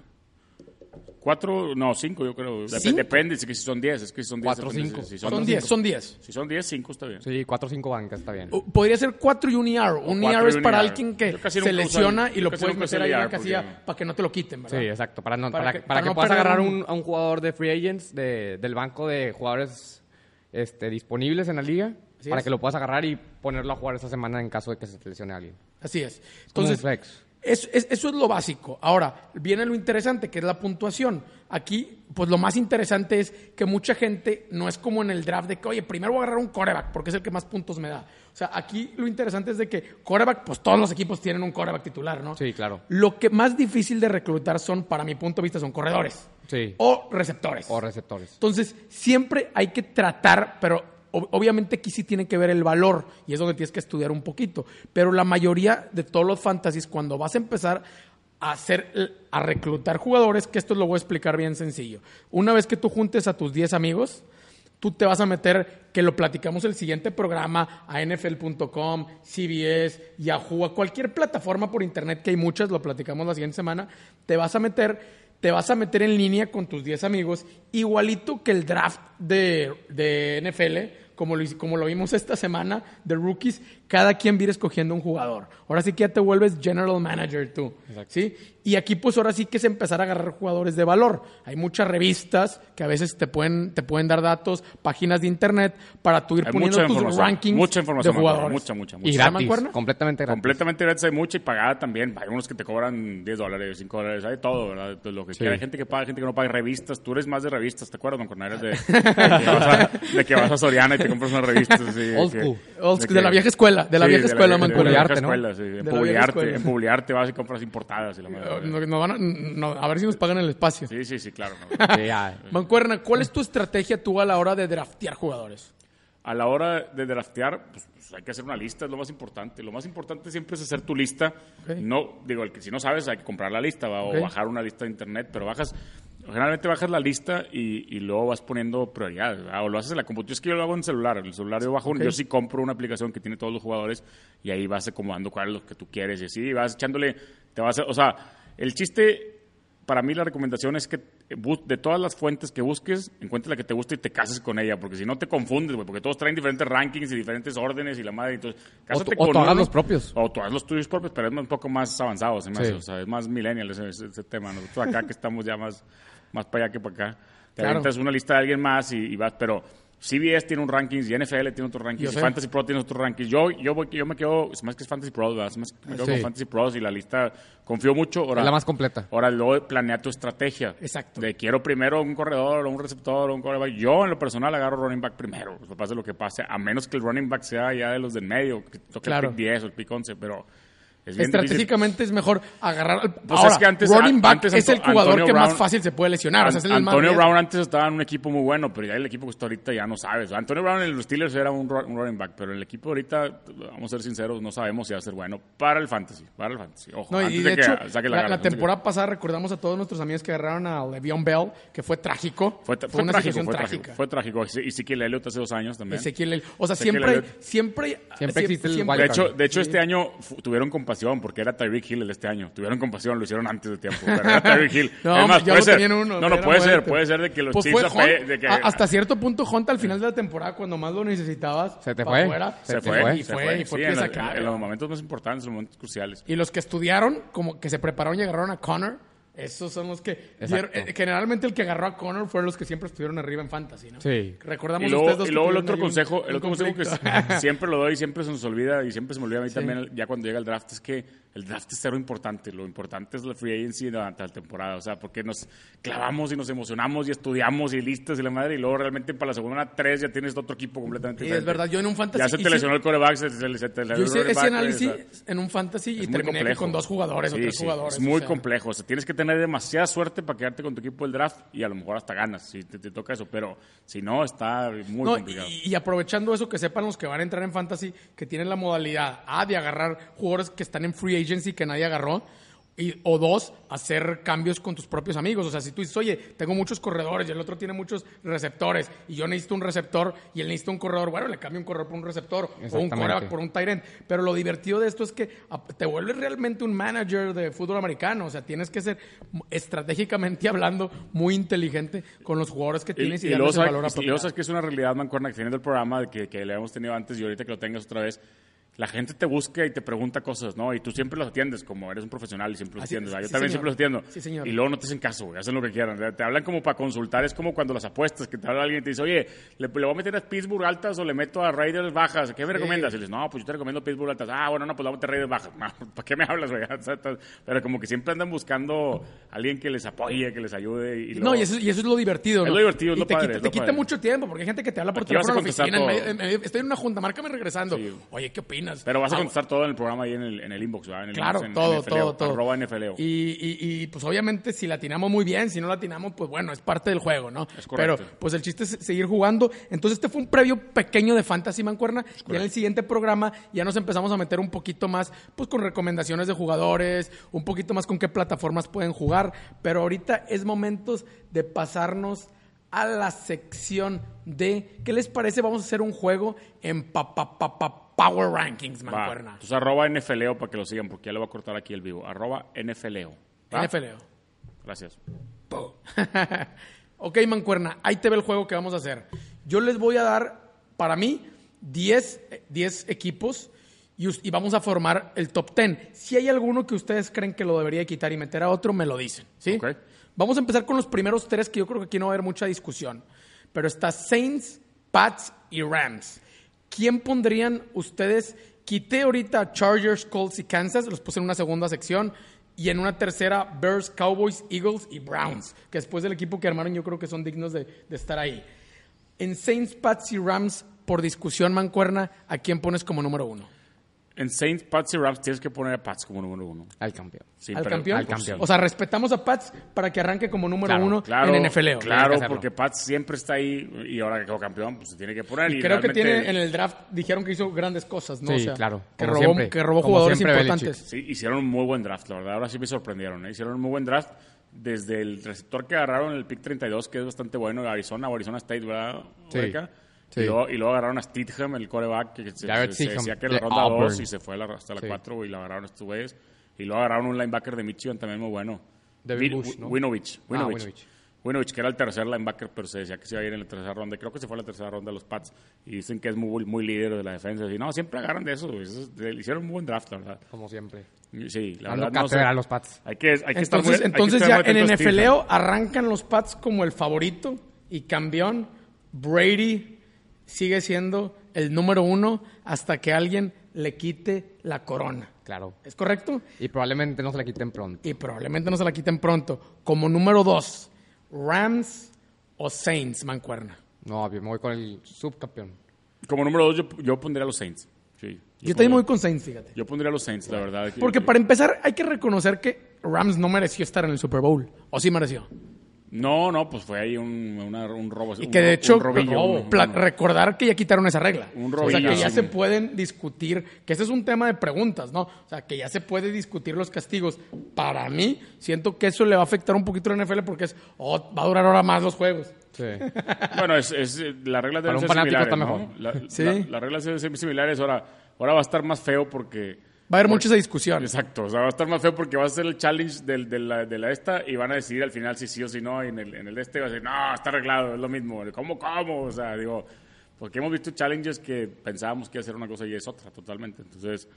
Cuatro, no, cinco yo creo. Dep- ¿Cinco? Depende, es que si son diez, es que si son diez. Cuatro, depende, cinco. Si si Son son diez, son diez. Si son diez, cinco está bien. Sí, cuatro o cinco bancas, está bien. Uh, O- Podría ser cuatro y un ER. Un cuatro ER y es un para ER. alguien que Yo casi se nunca uso lesiona el- y yo lo casi puedes nunca meter uso el ahí en ER la casilla porque- para que no te lo quiten, ¿verdad? Sí, exacto. Para, no, Para para, que- que, para para que no puedas perder agarrar un- un, a un jugador de free agents de- del banco de jugadores este, disponibles en la liga Así para es. que lo puedas agarrar y ponerlo a jugar esa semana en caso de que se te lesione alguien. Así es. como Entonces, un flex. es- es- eso es lo básico. Ahora, viene lo interesante, que es la puntuación. Aquí, pues lo más interesante es que mucha gente no es como en el draft de que, oye, primero voy a agarrar un coreback porque es el que más puntos me da. O sea, aquí lo interesante es de que coreback, pues todos los equipos tienen un coreback titular, ¿no? Sí, claro. Lo que más difícil de reclutar son, para mi punto de vista, son corredores. Sí. O receptores. O receptores. Entonces, siempre hay que tratar, pero ob- obviamente aquí sí tiene que ver el valor y es donde tienes que estudiar un poquito. Pero la mayoría de todos los fantasies, cuando vas a empezar a hacer, l- a reclutar jugadores, que esto lo voy a explicar bien sencillo. Una vez que tú juntes a tus 10 amigos, tú te vas a meter, que lo platicamos el siguiente programa, a NFL.com, CBS, Yahoo, a cualquier plataforma por internet, que hay muchas, lo platicamos la siguiente semana, te vas a meter, te vas a meter en línea con tus 10 amigos, igualito que el draft de, de NFL, como lo, hic- como lo vimos esta semana, de rookies, cada quien viene escogiendo un jugador. Ahora sí que ya te vuelves general manager tú, ¿sí? Y aquí pues ahora sí que es empezar a agarrar jugadores de valor. Hay muchas revistas que a veces te pueden, te pueden dar datos, páginas de internet, para tú ir Hay poniendo mucha tus información. rankings mucha información, de Mancuerna, jugadores. Mucha, mucha, mucha. Y ¿Está gratis, mancuerna? completamente gratis. Completamente gratis, hay mucha y pagada también. Hay unos que te cobran 10 dólares, 5 dólares, hay todo, ¿verdad? De Lo que Sí. quiera. Hay gente que paga, gente que no paga. Revistas, tú eres más de revistas, ¿te acuerdas, don Cornel? De, de que vas a- de que vas a Soriana y te compras unas revistas. sí, de Old que- school. Old de school, de que- la vieja escuela, de la vieja escuela, de la Mancuerna. vieja Publiarte, ¿no? escuela, sí, en De la vieja Publiarte, escuela. Eh, en Publiarte vas y compras importadas y la madre. No- no van a- no, a ver si nos pagan el espacio. Sí, sí, sí, claro. ¿no? Sí, ya. Mancuerna, ¿cuál es tu estrategia tú a la hora de draftear jugadores? A la hora de draftear, pues, pues, hay que hacer una lista, es lo más importante. Lo más importante siempre es hacer tu lista. Ok. No, digo, el que si no sabes, hay que comprar la lista ¿va? Ok. o bajar una lista de internet, pero bajas, generalmente bajas la lista y, y luego vas poniendo prioridades, ¿va? o lo haces en la computadora. Es que yo lo hago en el celular, en el celular yo bajo, un- Ok. yo sí compro una aplicación que tiene todos los jugadores y ahí vas acomodando cuál es lo que tú quieres y así, y vas echándole, te vas, a- o sea, el chiste. Para mí la recomendación es que bu- de todas las fuentes que busques, encuentres la que te guste y te cases con ella, porque si no te confundes, güey, porque todos traen diferentes rankings y diferentes órdenes y la madre, entonces cásate tú- o con tú hagas uno, los propios. O tú hagas los tuyos propios, pero es un poco más avanzado, se me hace, Sí. o sea, es más millennial ese, ese- ese tema. Nosotros acá que estamos ya más, más para allá que para acá, te Claro. aventas una lista de alguien más y, y vas, pero CBS tiene un ranking, y NFL tiene otro ranking, Yo y sé. Fantasy Pro tiene otro ranking. Yo, yo, voy- yo me quedo, es más que es Fantasy Pro, ¿verdad? es más que me quedo Sí. con Fantasy Pros y la lista, confío mucho. Ahora, Es la más completa. Ahora luego planea tu estrategia. Exacto. De quiero primero un corredor, o un receptor, o un quarterback. Yo en lo personal agarro running back primero, pues, pase lo que pase, a menos que el running back sea ya de los del medio, que toque Claro. el pick 10 o el pick 11, pero Es bien Estratégicamente es mejor agarrar al. Pues Ahora, es que antes- running back antes es el Anto- jugador Antonio que más Brown- fácil se puede lesionar. o sea, es el An- más Antonio riesgo. Brown antes estaba en un equipo muy bueno, pero ya el equipo que está ahorita ya no sabes. Antonio Brown en los Steelers era un, ru- un running back, pero el equipo ahorita, vamos a ser sinceros, no sabemos si va a ser bueno para el fantasy. Para el fantasy, ojo. No, y antes de, que hecho, saque la, la garra, antes de que- temporada pasada recordamos a todos nuestros amigos que agarraron a Le'Veon Bell, que fue trágico. Fue, tra- fue una trágico, situación fue trágico, trágica. fue trágico. Y Ezequiel Elliott hace dos años también. Ezequiel Elliott. O sea, Ezequiel siempre, Elliott. siempre, Siempre existe el De wild hecho, de hecho este año fu- tuvieron compasión porque era Tyreek Hill el de este año. Tuvieron compasión, lo hicieron antes de tiempo. Pero era Tyreek Hill. No, Es más, ya puede lo ser. tenían uno. No, no, era puede ser. muerto. Puede ser de que los Pues fue Chiefs... ape- Hunt. de que- A- hasta cierto punto, Honta al final de la temporada, cuando más lo necesitabas, Se te pa' fue. afuera, se, Se fue, fue, y se fue, y fue Sí, en, pieza la- clave. en los momentos más importantes, en los momentos cruciales. Y los que estudiaron, como que se prepararon y agarraron a Connor, esos son los que... Exacto. dieron- eh, generalmente el que agarró a Connor fueron los que siempre estuvieron arriba en Fantasy, ¿no? Sí. Recordamos Y luego, ustedes dos y que luego el tuvieron otro ahí un- consejo, el un otro consejo que conflicto. s- siempre lo doy, siempre se nos olvida y siempre se me olvida a mí también ya cuando llega el draft es que el draft es cero importante, lo importante es la free agency durante la temporada, o sea, porque nos clavamos y nos emocionamos y estudiamos y listas y la madre y luego realmente para la segunda tres ya tienes otro equipo completamente Sí, diferente. es verdad, yo en un fantasy ya se te hice- lesionó el coreback, se, se- se te lesionó Yo el hice running ese back, análisis o sea, en un fantasy y es muy terminé complejo. con dos jugadores o Sí, tres sí, jugadores. Es muy o sea. complejo. O sea, tienes que tener demasiada suerte para quedarte con tu equipo del draft y a lo mejor hasta ganas si te, te toca eso. Pero si no, está muy No, complicado. y, y aprovechando eso, que sepan los que van a entrar en Fantasy, que tienen la modalidad A, de agarrar jugadores que están en free agency que nadie agarró, y, o dos, hacer cambios con tus propios amigos. O sea, si tú dices, oye, tengo muchos corredores y el otro tiene muchos receptores, y yo necesito un receptor y él necesita un corredor, bueno, le cambio un corredor por un receptor, o un Exactamente. corredor por un tight end. Pero lo divertido de esto es que a- te vuelves realmente un manager de fútbol americano. O sea, tienes que ser m- estratégicamente hablando muy inteligente con los jugadores que Y, tienes y, y darles luego el sabes- valor y apropiado. luego sabes que es una realidad, Mancuerna, que tiene del programa de que, que le hemos tenido antes y ahorita que lo tengas otra vez. La gente te busca y te pregunta cosas, ¿no? Y tú siempre los atiendes, como eres un profesional y siempre los Así- atiendes. ¿verdad? Yo sí, señor. también siempre los atiendo. Sí, señor. Y luego no te hacen caso, güey, hacen lo que quieran. ¿verdad? Te hablan como para consultar, es como cuando las apuestas, que te habla alguien y te dice, oye, ¿le, le voy a meter a Pittsburgh altas o le meto a Raiders bajas? ¿Qué me recomiendas? Y le dices, no, pues yo te recomiendo Pittsburgh altas. Ah, bueno, no, pues le voy a meter Raiders bajas. No, ¿Para qué me hablas, güey? O sea, estás- Pero como que siempre andan buscando a alguien que les apoye, que les ayude. Y No, luego- y eso, y eso es lo divertido. Es ¿no? lo divertido, es Y lo te padre, quita, es te lo quita padre. mucho tiempo porque hay gente que te habla por Aquí vas teléfono a en la contestar oficina. en todo. medio- en medio- estoy en una junta, márcame regresando. Sí. Oye, ¿qué opinas? Pero vas a Ah, contestar todo en el programa ahí en el, en el inbox, ¿verdad? En el Claro, inbox, en todo, NFLeo, todo, todo. Arroba NFLeo. Y, y, y, pues obviamente si la atinamos muy bien, si no la atinamos, pues bueno, es parte del juego, ¿no? Es correcto. Pero pues el chiste es seguir jugando. Entonces este fue un previo pequeño de Fantasy Mancuerna. Ya en el siguiente programa ya nos empezamos a meter un poquito más, pues con recomendaciones de jugadores, un poquito más con qué plataformas pueden jugar. Pero ahorita es momentos de pasarnos a la sección de, ¿qué les parece? Vamos a hacer un juego en pa, pa, pa, pa- Power Rankings, Va. Mancuerna. Entonces arroba NFLeo E para que lo sigan, porque ya lo va a cortar aquí el vivo. Arroba NFLeo. ¿va? NFLeo. E Gracias. ok, mancuerna, ahí te ve el juego que vamos a hacer. Yo les voy a dar, para mí, 10, eh, 10 equipos y, us- y vamos a formar el top 10. Si hay alguno que ustedes creen que lo debería quitar y meter a otro, me lo dicen. ¿sí? Ok. Vamos a empezar con los primeros tres que yo creo que aquí no va a haber mucha discusión. Pero está Saints, Pats y Rams. ¿Quién pondrían ustedes? Quité ahorita Chargers, Colts y Kansas, los puse en una segunda sección. Y en una tercera, Bears, Cowboys, Eagles y Browns, que después del equipo que armaron yo creo que son dignos de, de estar ahí. En Saints, Pats y Rams, por discusión mancuerna, ¿a quién pones como número uno? En Saints, Pats y Raps tienes que poner a Pats como número uno. Al campeón. Sí, ¿Al pero- campeón? al campeón. O sea, respetamos a Pats para que arranque como número Claro, uno Claro, en NFL. claro, Tiene que hacerlo. porque Pats siempre está ahí y ahora que quedó campeón, pues se tiene que poner. Y creo que realmente- tiene en el draft, dijeron que hizo grandes cosas, ¿no? Sí, O sea, claro, Que como robó, siempre, que robó como jugadores siempre importantes. Sí, hicieron un muy buen draft, la verdad. Ahora sí me sorprendieron. ¿eh? Hicieron un muy buen draft desde el receptor que agarraron en el pick 32, que es bastante bueno, Arizona o Arizona State, ¿verdad? Sí, Oreca? sí. Y, luego, y luego agarraron a Steedham, el coreback, que se, Jared se- se Stidham, decía que era la de ronda Auburn. 2 y se fue a la- hasta la Sí. 4 y lo agarraron estos güeyes. Y luego agarraron un linebacker de Michigan también muy bueno. Devin Wi- Bush, Wi- ¿no? Winovich. Ah, Winovich. Winovich. Winovich, que era el tercer linebacker, pero se decía que se iba a ir en la tercera ronda. Creo que se fue a la tercera ronda de los Pats. Y dicen que es muy, muy líder de la defensa. Y no, siempre agarran de eso. güey. Eso es- le hicieron un buen draft, la verdad. Como siempre. Sí, la Dando verdad no sé. cátedra a los Pats. Hay que, hay que estar muy- Entonces, hay que entonces estar ya muy en atentos a Stidham. NFLeo arrancan los Pats como el favorito y campeón. Brady sigue siendo el número uno hasta que alguien le quite la corona. Claro. ¿Es correcto? Y probablemente no se la quiten pronto. Y probablemente no se la quiten pronto. Como número dos, Rams o Saints, mancuerna. No, yo me voy con el subcampeón. Como número dos, yo, yo pondría a los Saints. Sí. Yo estoy muy con Saints, fíjate. Yo pondría a los Saints, la verdad. Aquí- Porque para empezar, hay que reconocer que Rams no mereció estar en el Super Bowl. O sí mereció. No, no, pues fue ahí un, una- un robo. Y un que ro- de hecho, un robillo, oh, un- pla- un- recordar que ya quitaron esa regla. Un o sea, que robillo, ya sí. se pueden discutir, que ese es un tema de preguntas, ¿no? O sea, que ya se puede discutir los castigos. Para mí, siento que eso le va a afectar un poquito a la NFL porque es, oh, va a durar ahora más los juegos. Sí. Bueno, es, es, eh, las reglas Para deben un ser fanático similares, está ¿no? mejor. La- Sí. la- las reglas deben ser similares. Ahora, ahora va a estar más feo porque... Va a haber mucha esa discusión. Exacto, o sea, va a estar más feo porque va a ser el challenge del- de, la, de la esta y van a decidir al final si sí o si no. Y en el, en el este va a decir, no, está arreglado, es lo mismo. ¿Cómo, cómo? O sea, digo, porque hemos visto challenges que pensábamos que iba a ser una cosa y es otra totalmente. Entonces,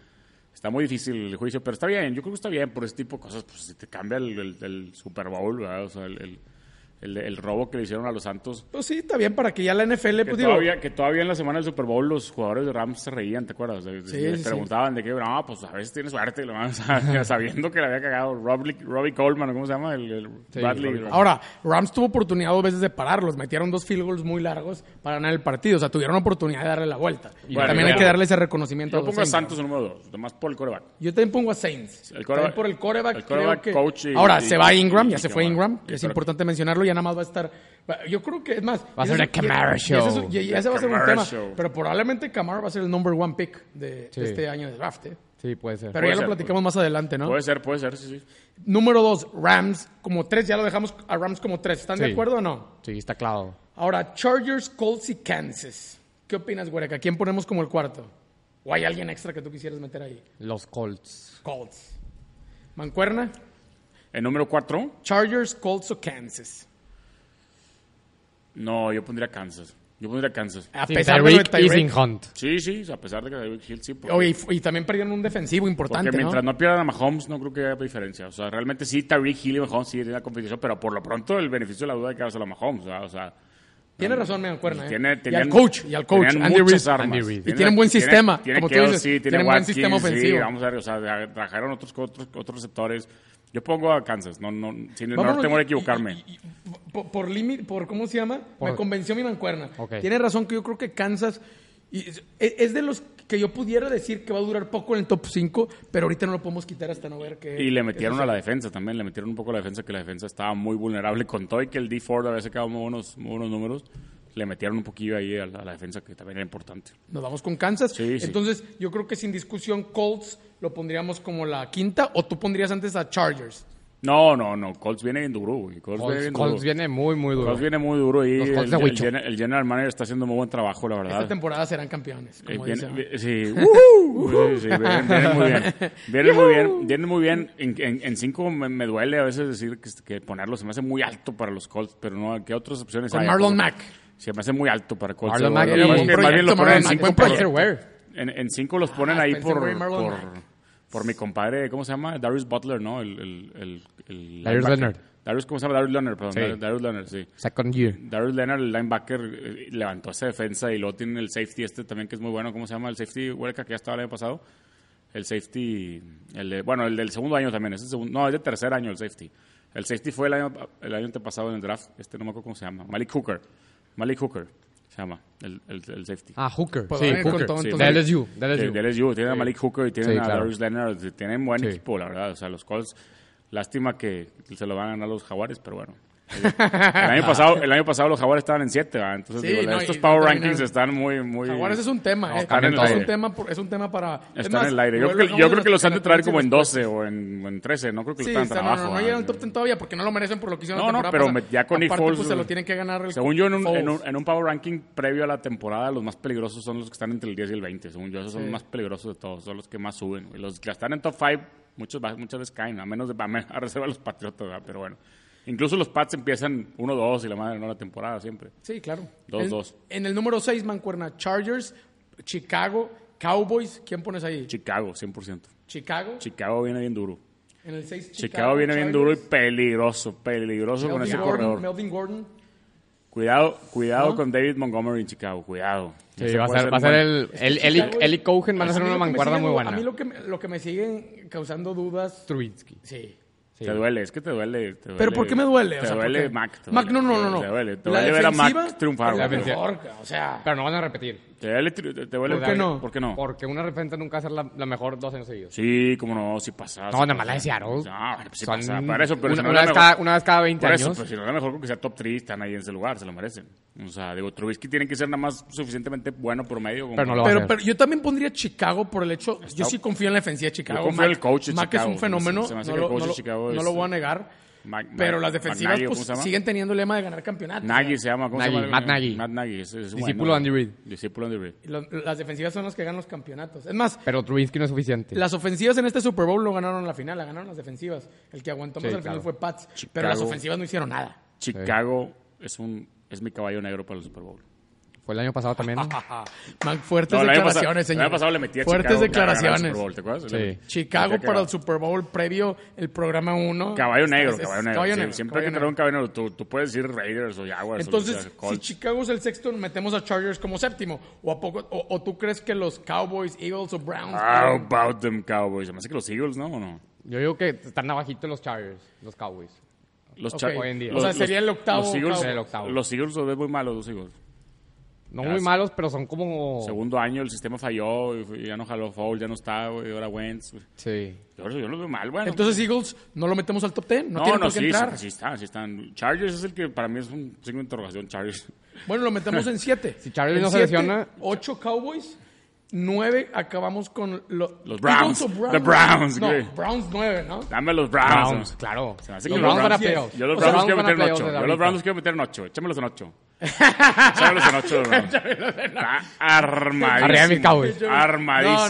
está muy difícil el juicio, pero está bien, yo creo que está bien por ese tipo de cosas. Pues si te cambia el, el- el Super Bowl, ¿verdad? O sea, el, el- el- el robo que le hicieron a los Santos. Pues sí, está bien para que ya la NFL, Que pues digo, todavía, que todavía en la semana del Super Bowl los jugadores de Rams se reían, ¿te acuerdas? De- de- Sí, les sí, sí. preguntaban de qué, no, pues a veces tiene suerte, y lo van a- sabiendo que le había cagado Robbie, Robbie Coleman, ¿cómo se llama? El, el Sí, Bradley. Robbie Ahora, Rams tuvo oportunidad dos veces de pararlos. Metieron dos field goals muy largos para ganar el partido. O sea, tuvieron oportunidad de darle la vuelta. Bueno, también yo- hay que darle ese reconocimiento yo los pongo a Saints. Santos en número dos, nomás por el coreback. Yo también pongo a Saints. También El quarterback- por el coreback. el quarterback, coach y- Ahora, y- se va Ingram, y- ya y se que fue va. Ingram, Y que es pero- importante mencionarlo, ya nada más va a estar... va- Yo creo que, es más... Va a y ser ese el es- y- Camara y ese es- Show. Y y ese va a ser un Camara tema. Show. Pero probablemente Camara va a ser el number one pick de, de Sí. este año de draft, ¿eh? Sí, puede ser. Pero ya ser, lo platicamos más adelante, ¿no? Puede ser, puede ser, sí, sí. Número dos, Rams como tres. Ya lo dejamos a Rams como tres. ¿Están de Sí. acuerdo o no? Sí, está claro. Ahora, Chargers, Colts y Kansas. ¿Qué opinas, Huereca? ¿Quién ponemos como el cuarto? ¿O hay alguien extra que tú quisieras meter ahí? Los Colts. Colts. Mancuerna, El número cuatro, Chargers, Colts o Kansas. no, yo pondría Kansas. Yo pondría Kansas. A Sin pesar de lo de Tyreek y sin Tyreek. Hunt. Sí, sí, a pesar de que David Hill sí. porque- Oye, y, fu- y también perdieron un defensivo importante, Porque mientras ¿no? ¿no? pierdan a Mahomes, no creo que haya diferencia. O sea, realmente sí, Tyreek Hill y Mahomes sí tienen la competición, pero por lo pronto el beneficio de la duda hay que dárselo a Mahomes. ¿verdad? O sea, Tiene razón, me Mancuerna. ¿eh? tiene- y al tenían- coach, y al coach, tenían Andy muchas Reid. armas. Andy Reid. Y Tienen- tienen buen tienen- sistema, tienen como tú Kelsey, dices, tienen tienen buen sistema Watkins, sí, ofensivo. vamos a ver, o sea, trajeron otros, otros, otros receptores. Yo pongo a Kansas, no, no, sin el Vámonos, menor temor y- a equivocarme. y- y- y- por, por límite- por- ¿cómo se llama? Me Por- convenció mi mancuerna. Ok. Tiene razón que yo creo que Kansas y es, es de los que yo pudiera decir que va a durar poco en el top 5, pero ahorita no lo podemos quitar hasta no ver que... Y le metieron a la defensa también, le metieron un poco a la defensa, que la defensa estaba muy vulnerable con todo y que el D Ford había sacado muy buenos, muy buenos números. Le metieron un poquillo ahí a la, a la defensa, que también era importante. Nos vamos con Kansas. Sí, sí. Entonces yo creo que sin discusión Colts lo pondríamos como la quinta o tú pondrías antes a Chargers. No, no, no, Colts viene bien duro, güey. Colts, viene Colts, bien Colts duro. viene muy, muy duro. Colts viene muy duro y Los Colts el, de el Huicho. gen- el general manager está haciendo muy buen trabajo, la verdad. Esta temporada serán campeones, Eh, como viene- dicen. vi- sí, ujú, sí, sí, vienen, vienen muy bien. Vienen muy bien, vienen muy bien. En, en- en cinco me, me duele a veces decir que, que ponerlo se me hace muy alto para los Colts, pero no, ¿qué otras opciones Con hay? Marlon Mack. Se me hace muy alto para Colts. Marlon Mack Yo era creo buen que más bien proyecto, los ponen Marlon en Mack, cinco buen por- proyecto. en, en cinco los ponen Ah, ahí Spencer por, Ware y Marlon por, Mack. por mi compadre, ¿cómo se llama? Darius Butler, ¿no? El, el, el, el Darius linebacker. Leonard. Darius, ¿cómo se llama? Darius Leonard, perdón. Sí. Darius- Darius Leonard, sí. Second year. Darius Leonard, el linebacker, eh, levantó esa defensa y luego tienen el safety este también que es muy bueno. ¿Cómo se llama? El safety Huerca que ya estaba el año pasado. El safety, el de- bueno, el del segundo año también. Es el segundo, no, es de tercer año el safety. El safety fue el año, el año antepasado en el draft. Este no me acuerdo cómo se llama. Malik Hooker. Malik Hooker se llama el, el, el safety. Ah, Hooker. Pues sí, van a ir con Hooker. todo, Sí, entonces. de LSU. de De LSU. de LSU. Tienen a Malik Hooker y tienen Sí, a claro. Darius Leonard. Tienen buen Sí. equipo, la verdad. O sea, los Colts, lástima que se lo van a ganar los Jaguares, pero bueno. El año pasado, el año pasado los Jaguares estaban en 7, Entonces, Sí, digo, no, estos y Power terminaron- Rankings están muy, muy... Jaguares es un tema, No, ¿eh? están en Es el un aire. tema, por- es un tema para... es Están más, en el aire. Yo vuelve- creo que, yo creo vamos que los han de traer a- como en 12 o en, o en 13. No creo que los Sí, tengan está- tan no, abajo. no, no ¿eh? llegan al top 10 todavía porque no lo merecen por lo que hicieron No, la no, temporada pero pasada. me- ya con Nick Aparte, Foles, pues, se güey. lo tiene que ganar el Según yo, en un, Foles. en, un, en un Power Ranking previo a la temporada, los más peligrosos son los que están entre el 10 y el 20. Según yo, esos son los más peligrosos de todos. Son los que más suben. güey. Los que están en top 5, muchos, va- muchas veces caen, a menos de a, me- a reserva de los Patriotas, ¿verdad? pero bueno. Incluso los Pats empiezan 1-2 y la madre no la temporada siempre. Sí, claro. Dos, en, dos. En el número 6, Mancuerna, Chargers, Chicago, Cowboys. ¿Quién pones ahí? Chicago, 100%. Chicago. Chicago viene bien duro. en el 6, Chicago, viene bien duro y peligroso, peligroso con ese corredor. Melvin Gordon. Cuidado, cuidado con David Montgomery en Chicago, cuidado. Sí, Ese va a puede ser, va a ser un- el, el, el, Chicago- Eli Cohen van a mí ser una lo que me mancuerna sigue- muy buena. A mí lo que, me- lo que me siguen causando dudas. Trubisky. Sí. Te duele, es que te duele. te ¿Pero duele- por qué me duele? O Te sea, ¿por duele qué? Mac. te Mac, no, duele, no, te no. no. Te duele, te La duele ver a defensiva, Mac triunfar. La güey. mejor, o sea. Pero no van a repetir. Te duele, tri- te duele. ¿Por qué no? ¿Por qué no? Porque una repente nunca va a ser la, la mejor dos años seguidos. Sí, como no, si pasa. No, sí nada pasa. más la de Seattle. No, pues sí Son pasa. Para eso, pero una, si no una la vez mejor- cada, una vez cada 20 Por eso, años. pues si no es mejor creo que sea top 3, están ahí en ese lugar, se lo merecen. O sea, digo, Trubisky tiene que ser nada más suficientemente bueno promedio. como Pero no para- lo va a Pero, hacer. pero yo también pondría Chicago por el hecho. Yo sí confío en la defensiva de Chicago. confío en el coach de Mac Chicago. es un fenómeno. Se me hace no que el lo, coach no de lo- Chicago no es- lo voy a negar. Mac- Mac- pero las defensivas Mac Nagy, pues, ¿cómo se llama? siguen teniendo el lema de ganar campeonato. Nagy se llama, ¿cómo se Nagy, llama? Matt Nagy. Matt Nagy, ese es Discípulo bueno. de Andy Reid. Discípulo de Andy Reid. Lo- las defensivas son las que ganan los campeonatos. Es más, Pero Trubisky no es suficiente. las ofensivas en este Super Bowl lo ganaron la final, la ganaron las defensivas. El que aguantó más Sí, al final claro. fue Pats. Pero Chicago. las ofensivas no hicieron nada. Chicago es, un, es mi caballo negro para el Super Bowl. Fue el año pasado también. Mac, fuertes No, el año pasado- declaraciones, el señor. año pasado le metí a Fuertes Chicago para ganar el declaraciones. Super Bowl, ¿te acuerdas? Sí. Le- Chicago le- para el Super Bowl previo el programa 1. Caballo negro, caballo negro. sí, siempre hay que traer negro. un caballo negro. Tú, tú puedes decir Raiders o Jaguars. o, Entonces, sea, si Colts. Chicago es el sexto, metemos a Chargers como séptimo. ¿O, a poco, o, o tú crees que los Cowboys, Eagles o Browns? How about them Cowboys? Se me hace que los Eagles, ¿no? ¿O no? Yo digo que están abajito los Chargers, los Cowboys. Los Ok. Cha- Hoy en día. O sea, sería el octavo Los Eagles, Cowboys. El octavo. Los Eagles los ves muy malos, los Eagles. No Ya muy sé. malos, pero son como... Oh. Segundo año el sistema falló, y fue- ya no jaló Foul, ya no está, güey, ahora Wentz. güey. Sí. Yo, yo los veo mal, bueno. Entonces, Eagles, ¿no lo metemos al top 10? No, no, tiene no, por qué sí, entrar. sí, sí están, sí están. Chargers es el que para mí es un signo de interrogación, Chargers. Bueno, lo metemos en 7. Si Chargers no se lesiona- 8 Cowboys, 9 acabamos con lo- Los Eagles Browns. o The Browns, No, güey. Browns 9, ¿no? Dame a los Browns. Browns, ¿no? claro. Ah, Se me hace Los que Browns van a sí es. playoffs. Yo los Los Browns los Browns quiero van a meter en playoffs desde 8. Yo los ahorita. Browns los quiero meter en 8. Échamelos en 8. Échamelos en 8 los Browns. Está armadísimo. Arriba mis Cowboys. Armadísimo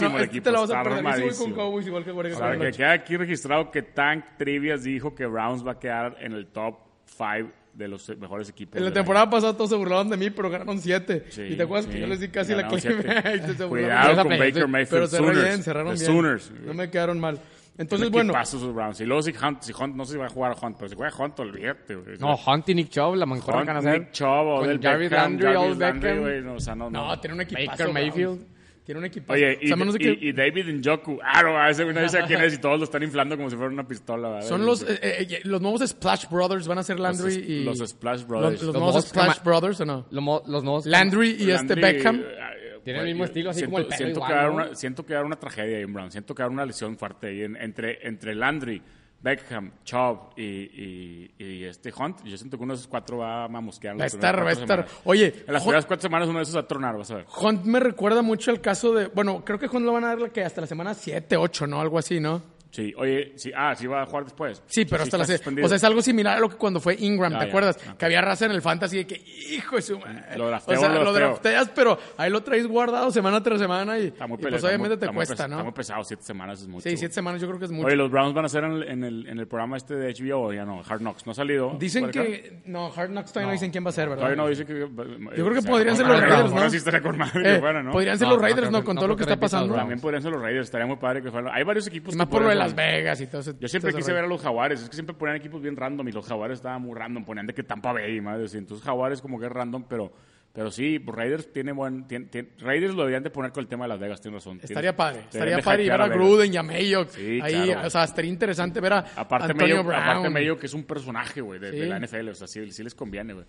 No, no, el este equipo. te lo vas está a perder. Yo sí voy con armadísimo. Cowboys igual que Guardianes O de sea, la que Noche. queda aquí registrado que Tank Trivias dijo que Browns va a quedar en el top 5 de los mejores equipos. En la del temporada pasada todos se burlaban de mí, pero ganaron 7. año. Sí, ¿Y te acuerdas que sí. yo les di casi la Ganaron clave? siete. Ahí te se burlaban. Cuidado Esa con pelea, Baker sí. Mayfield. Pero cerraron Sooners. bien, cerraron The bien. Sooners. No me quedaron mal. Entonces, Entonces, bueno, Pasos los Browns. Y luego si Hunt, si Hunt, no sé si va a jugar Hunt, pero si juega Hunt, olvídate, güey. No, Hunt y Nick Chubb, la mancuerna Hunt, que van a hacer. Nick Chubb, Con Odell Jarvis Beckham, Landry, Jarvis Odell Landry, Beckham. güey, no, o sea, no, no. no, tiene un equipazo. Baker Browns. Mayfield. Tiene un equipazo. Oye, y, O sea, menos de y- que- y David Njoku. Ah, no, a ese güey no dice a quién es y todos lo están inflando como si fuera una pistola. ¿verdad? son los, eh, eh, los nuevos Splash Brothers, van a ser Landry Los- y... los Splash Brothers. Los, los Los nuevos nuevos Splash Cama- Brothers, ¿o no? Lo mo- los nuevos... Landry y este Landry, Beckham. eh, eh, Tiene el güey, mismo estilo, así siento- como el pelo siento igual, que va a haber ¿no? una, siento que va a haber una tragedia ahí en Brown. Siento que va a haber una lesión fuerte ahí en- entre, entre Landry, Beckham, Chubb y, y, y este Hunt. Yo siento que uno de esos cuatro va a mamusquear. en Va a las primeras estar, va a cuatro estar. semanas. Oye, En las Hunt- primeras cuatro semanas uno de esos va a tronar, vas a ver. Hunt me recuerda mucho el caso de. Bueno, creo que Hunt lo van a dar que hasta la semana 7, 8, ¿no? Algo así, ¿no? Sí, oye, sí, ah, sí va a jugar después. Sí, pero hasta está la 7. suspendido. O sea, es algo similar a lo que cuando fue Ingram, Ya, ¿te ya, acuerdas? ya. Que había raza en el fantasy de que, hijo de su madre. Lo o drafteo, sea, lo lo drafteo. drafteas, pero ahí lo traes guardado semana tras semana y, Está muy y pele- pues está muy- obviamente te está muy pes- cuesta, Está muy ¿no? pesado, siete semanas es mucho. Sí, güey. 7 semanas yo creo que es mucho. Oye, los Browns van a hacer en el, en el, en el programa este de HBO, ya no, Hard Knocks, no ha salido. Dicen ¿Por acá? que. No, Hard Knocks todavía no, dicen quién va a ser, ¿verdad? Todavía no dice que. eh, Yo creo que podrían ser los Raiders, ¿no? Ah, sí estaría con madre Eh, que fuera, ¿no? Podrían ser No, los no, Raiders, creo ¿no? que- Con no todo lo que creo está que empiece los pasando. Browns. También podrían ser los Raiders, estaría muy padre que fueran. Hay varios equipos. Y que más por lo de podrían Las ser- Vegas y todo eso. Yo siempre todo eso, quise ver a los Jaguares, es que siempre ponían equipos bien random y los Jaguares estaban muy random, ponían de que Tampa Bay, madre, así. entonces Jaguares como que es random, pero, pero sí, pues, Raiders tiene buen, tien- tien- Raiders lo deberían de poner con el tema de Las Vegas, tienes razón. Estaría Tienes- padre. deberían Estaría de padre y ver hackear a Vegas. Gruden y a Mayo. Sí, ahí, claro. O sea, estaría interesante ver a Aparte Antonio medio, Brown. aparte medio que es un personaje, güey, de, de Sí. la NFL, o sea, sí, sí les conviene, güey.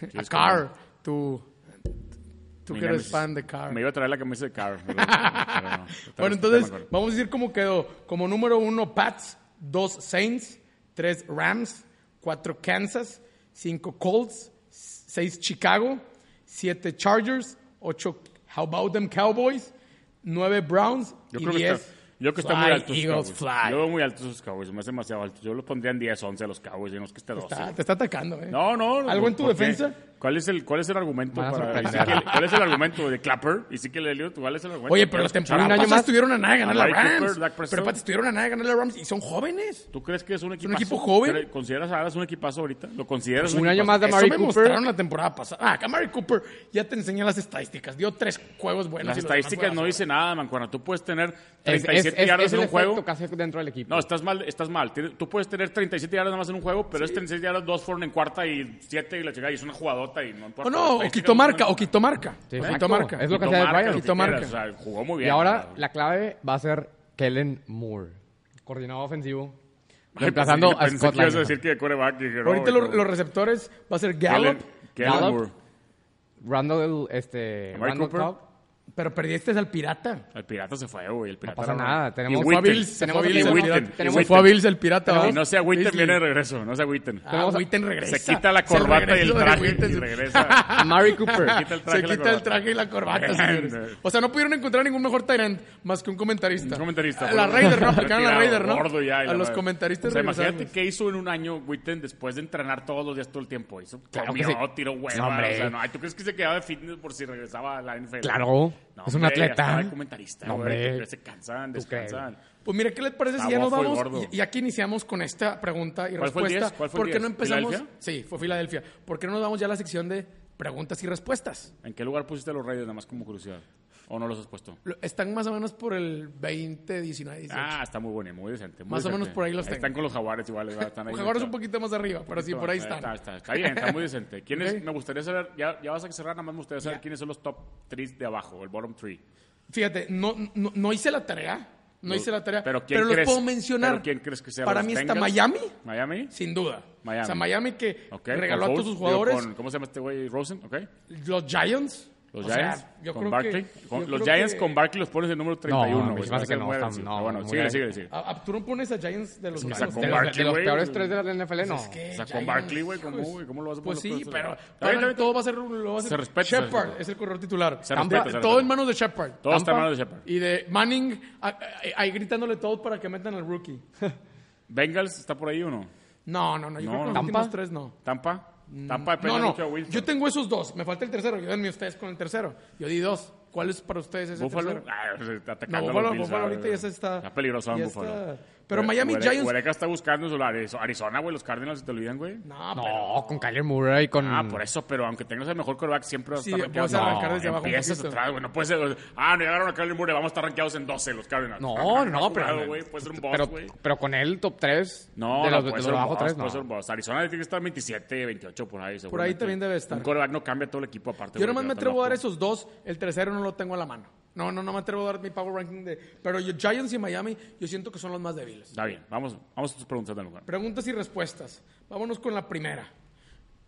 Sí A les conviene. Carr. Tú, tú Mi que eres némesis. fan de Carr. Me iba a este traer la camisa de Carr. pero- pero no. Bueno, entonces, vamos a decir cómo quedó. Como número uno, Pats. Dos, Saints. Tres, Rams. Cuatro, Kansas. Cinco, Colts. Seis, Chicago. Siete, Chargers. Ocho, How About Them Cowboys. Nueve, Browns. Yo y creo que diez, está, yo creo que está muy Fly, alto. esos Eagles, Cowboys. fly. Yo veo muy alto esos Cowboys, se me hace demasiado alto. Yo lo pondría en 10, 11 a los Cowboys, y no es que esté 12. Está- te está atacando, ¿eh? No, no. ¿Algo en tu ¿por qué? defensa? ¿Cuál es el, cuál es el argumento Van a para sorprender. Ezequiel- ¿Cuál es el argumento de Clapper? Y sí que le dio, ¿cuál es el argumento? Oye, pero la temporada ¿Escucharon? pasada estuvieron a nada de ganar la Amari Rams. Cooper, Dak Prescott. pero Pats estuvieron a nada de ganar la Rams y son jóvenes. ¿Tú crees que es un equipo un equipo joven? ¿Consideras a Dallas un equipazo ahorita? ¿Lo consideras Pues Un año equipazo? más de Eso Amari me Cooper. mostraron la temporada pasada. Ah, que Amari Cooper ya te enseñé las estadísticas. Dio tres juegos buenos. Las y los demás estadísticas no juegazos. dicen nada, mancuerna. Tú puedes tener Es, 37 es- es- yardas es en el un juego. efecto que hace dentro del equipo. No, estás mal, estás mal. Tienes- Tú puedes tener 37 yardas nada más en un juego, pero es 36 yardas, dos fueron en cuarta y siete y la chica y es una jugadota y no importa. O no, o quitó marca, o quitó marca. Sí, o quitó exacto. marca. Es lo que Quitó hacía el marca, Bayern. lo que Quitó marca. quieras, o sea, jugó muy Y bien. ahora la clave va a ser Kellen Moore, coordinador ofensivo. reemplazando a pensé Scott que ibas a Linehan. decir que de coreback. y dije, no, Ahorita güey, los, no. los receptores va a ser Gallup, Kellen- Kellen Gallup. Moore, Randall, este, Amari Randall Cooper. Cobb. pero perdiste al pirata. El pirata se fue, güey. El pirata No pasa era- nada, tenemos- Y Fue a Witten, Bills, se tenemos fue a y Bills el Witten, pirata. y Se fue a Witten. Bills el pirata. Y ¿va? no sea Witten, Beasley. viene de regreso. No sea Witten. Ah, Witten regresa. Se quita la Es el corbata y el regreso de traje Witten. y regresa. Amari Cooper. Quita el traje Se y la quita el corbata. traje y la corbata, Bien. señores. O sea, no pudieron encontrar ningún mejor Tyrant más que un comentarista. Un comentarista. A La por- Raider, ¿no? Aplicaron a la retirado, Raider, ¿no? gordo ya, y a la los madre. comentaristas O sea, imagínate regresables. qué hizo en un año Witten después de entrenar todos los días todo el tiempo. Hizo, Claro que comió, sí. tiró No, hueva. hombre. o sea, no, ay, ¿tú crees que se quedaba de fitness por si regresaba a la NFL? Claro, No, es un hombre, atleta. estaba de comentarista, No, güey, hombre. que Se cansan, ¿Tú crees? descansan. Pues mira, ¿qué les parece si Está ya nos guapo y vamos? gordo. Y, y aquí iniciamos con esta pregunta y ¿Cuál fue el respuesta. 10? ¿Cuál fue el ¿Por qué 10? no empezamos? ¿Filadelfia? Sí, fue Filadelfia. ¿Por qué no nos vamos ya a la sección de preguntas y respuestas? ¿En qué lugar pusiste a los Raiders, nada más como curiosidad? ¿O no los has puesto? Lo- Están más o menos por el 20, 19, 18. Ah, está muy bueno, muy decente. muy Más o decente. menos por ahí los Están tengo. con los jaguares igual, ¿verdad? están ahí. Los Jaguares un poquito más arriba, pero sí, por ahí están. Está, está, está bien, está muy decente. ¿Quién es- Ok. Me gustaría saber, ya, ya vas a cerrar, nada más me gustaría saber quiénes son los top 3 de abajo, el bottom 3. Fíjate, no, no, no hice la tarea. No No, hice la tarea. pero Pero, ¿quién los crees- puedo mencionar. pero quién crees que sea Para los mí está Bengals? Miami, ¿Miami? sin duda. Miami. O sea, Miami que Ok, regaló a todos con sus Foles, digo, jugadores. con- ¿Cómo se llama este güey? Rosen, ok. Los Giants. Los o sea, Giants yo con creo Barkley. que- Con- yo los creo Giants que- con Barkley los pones en número 31. No, a mí güey, se me hace se que no, mueran, están- sí. no, Ah, bueno, muy sigue, grave. sigue, sigue. A- a- tú no pones a Giants de los me malos. sacó De Barkley, los, de los güey. peores tres de la NFL, no. Pues Es que O sea, con Giants, Barkley, güey, hijos. ¿cómo, güey? ¿Cómo lo vas a poner Pues sí, todo eso? pero Está bien, para está mí bien. todo va a ser lo va a ser Se respeta, se Shepard respeta. es el corredor titular. Se De- respeta, de- se todo respeta. en manos de Shepard. Todo está en Tampa manos de Shepard. Y de Manning a- a- ahí gritándole todos para que metan al rookie. ¿Bengals está por ahí o no? No, no, no. Yo No, creo que los no. últimos ¿Tampa? tres no. ¿Tampa? ¿Tampa depende Mm, No, no. mucho de Wilson. Yo tengo esos dos. Me falta el tercero. Yo denme ustedes con el tercero. Yo di dos. ¿Cuál es para ustedes ese Buffalo, tercero? ah, se No, está atacando a los Buffalo, Bills, Buffalo ah, ahorita ya se está. Está peligroso en ya Buffalo. está. Pero Hue- Miami Huere- Giants. Huereca está buscando su Arizo- Arizona, güey. Los Cardinals se te olvidan, güey. No, No, pero- con Kyler Murray, con... Ah, por eso, pero aunque tengas el mejor coreback, siempre vas a Sí, estar rankeado. puedes arrancar desde no, abajo un Empiezas poquito. atrás, güey. No puede ser. o sea, Ah, no llegaron a Kyler Murray, vamos a estar rankeados en 12 los Cardinals. No, no, Cuidado, pero... güey, puede ser un boss, pero, güey. pero con él, top 3. No, de no, los, de puede los ser un bajo boss, 3, no. puede ser un boss. Arizona tiene que estar 27, 28 por ahí, seguro. también debe estar. Un coreback no cambia todo el equipo aparte. Yo güey, nomás que me va atrevo a dar estar esos dos. El tercero no lo tengo a la mano. No, no, no me atrevo a dar mi power ranking de. Pero yo- Giants y Miami, yo siento que son los más débiles. Está bien, vamos, vamos a tus preguntas de lugar. Preguntas y respuestas. Vámonos con la primera.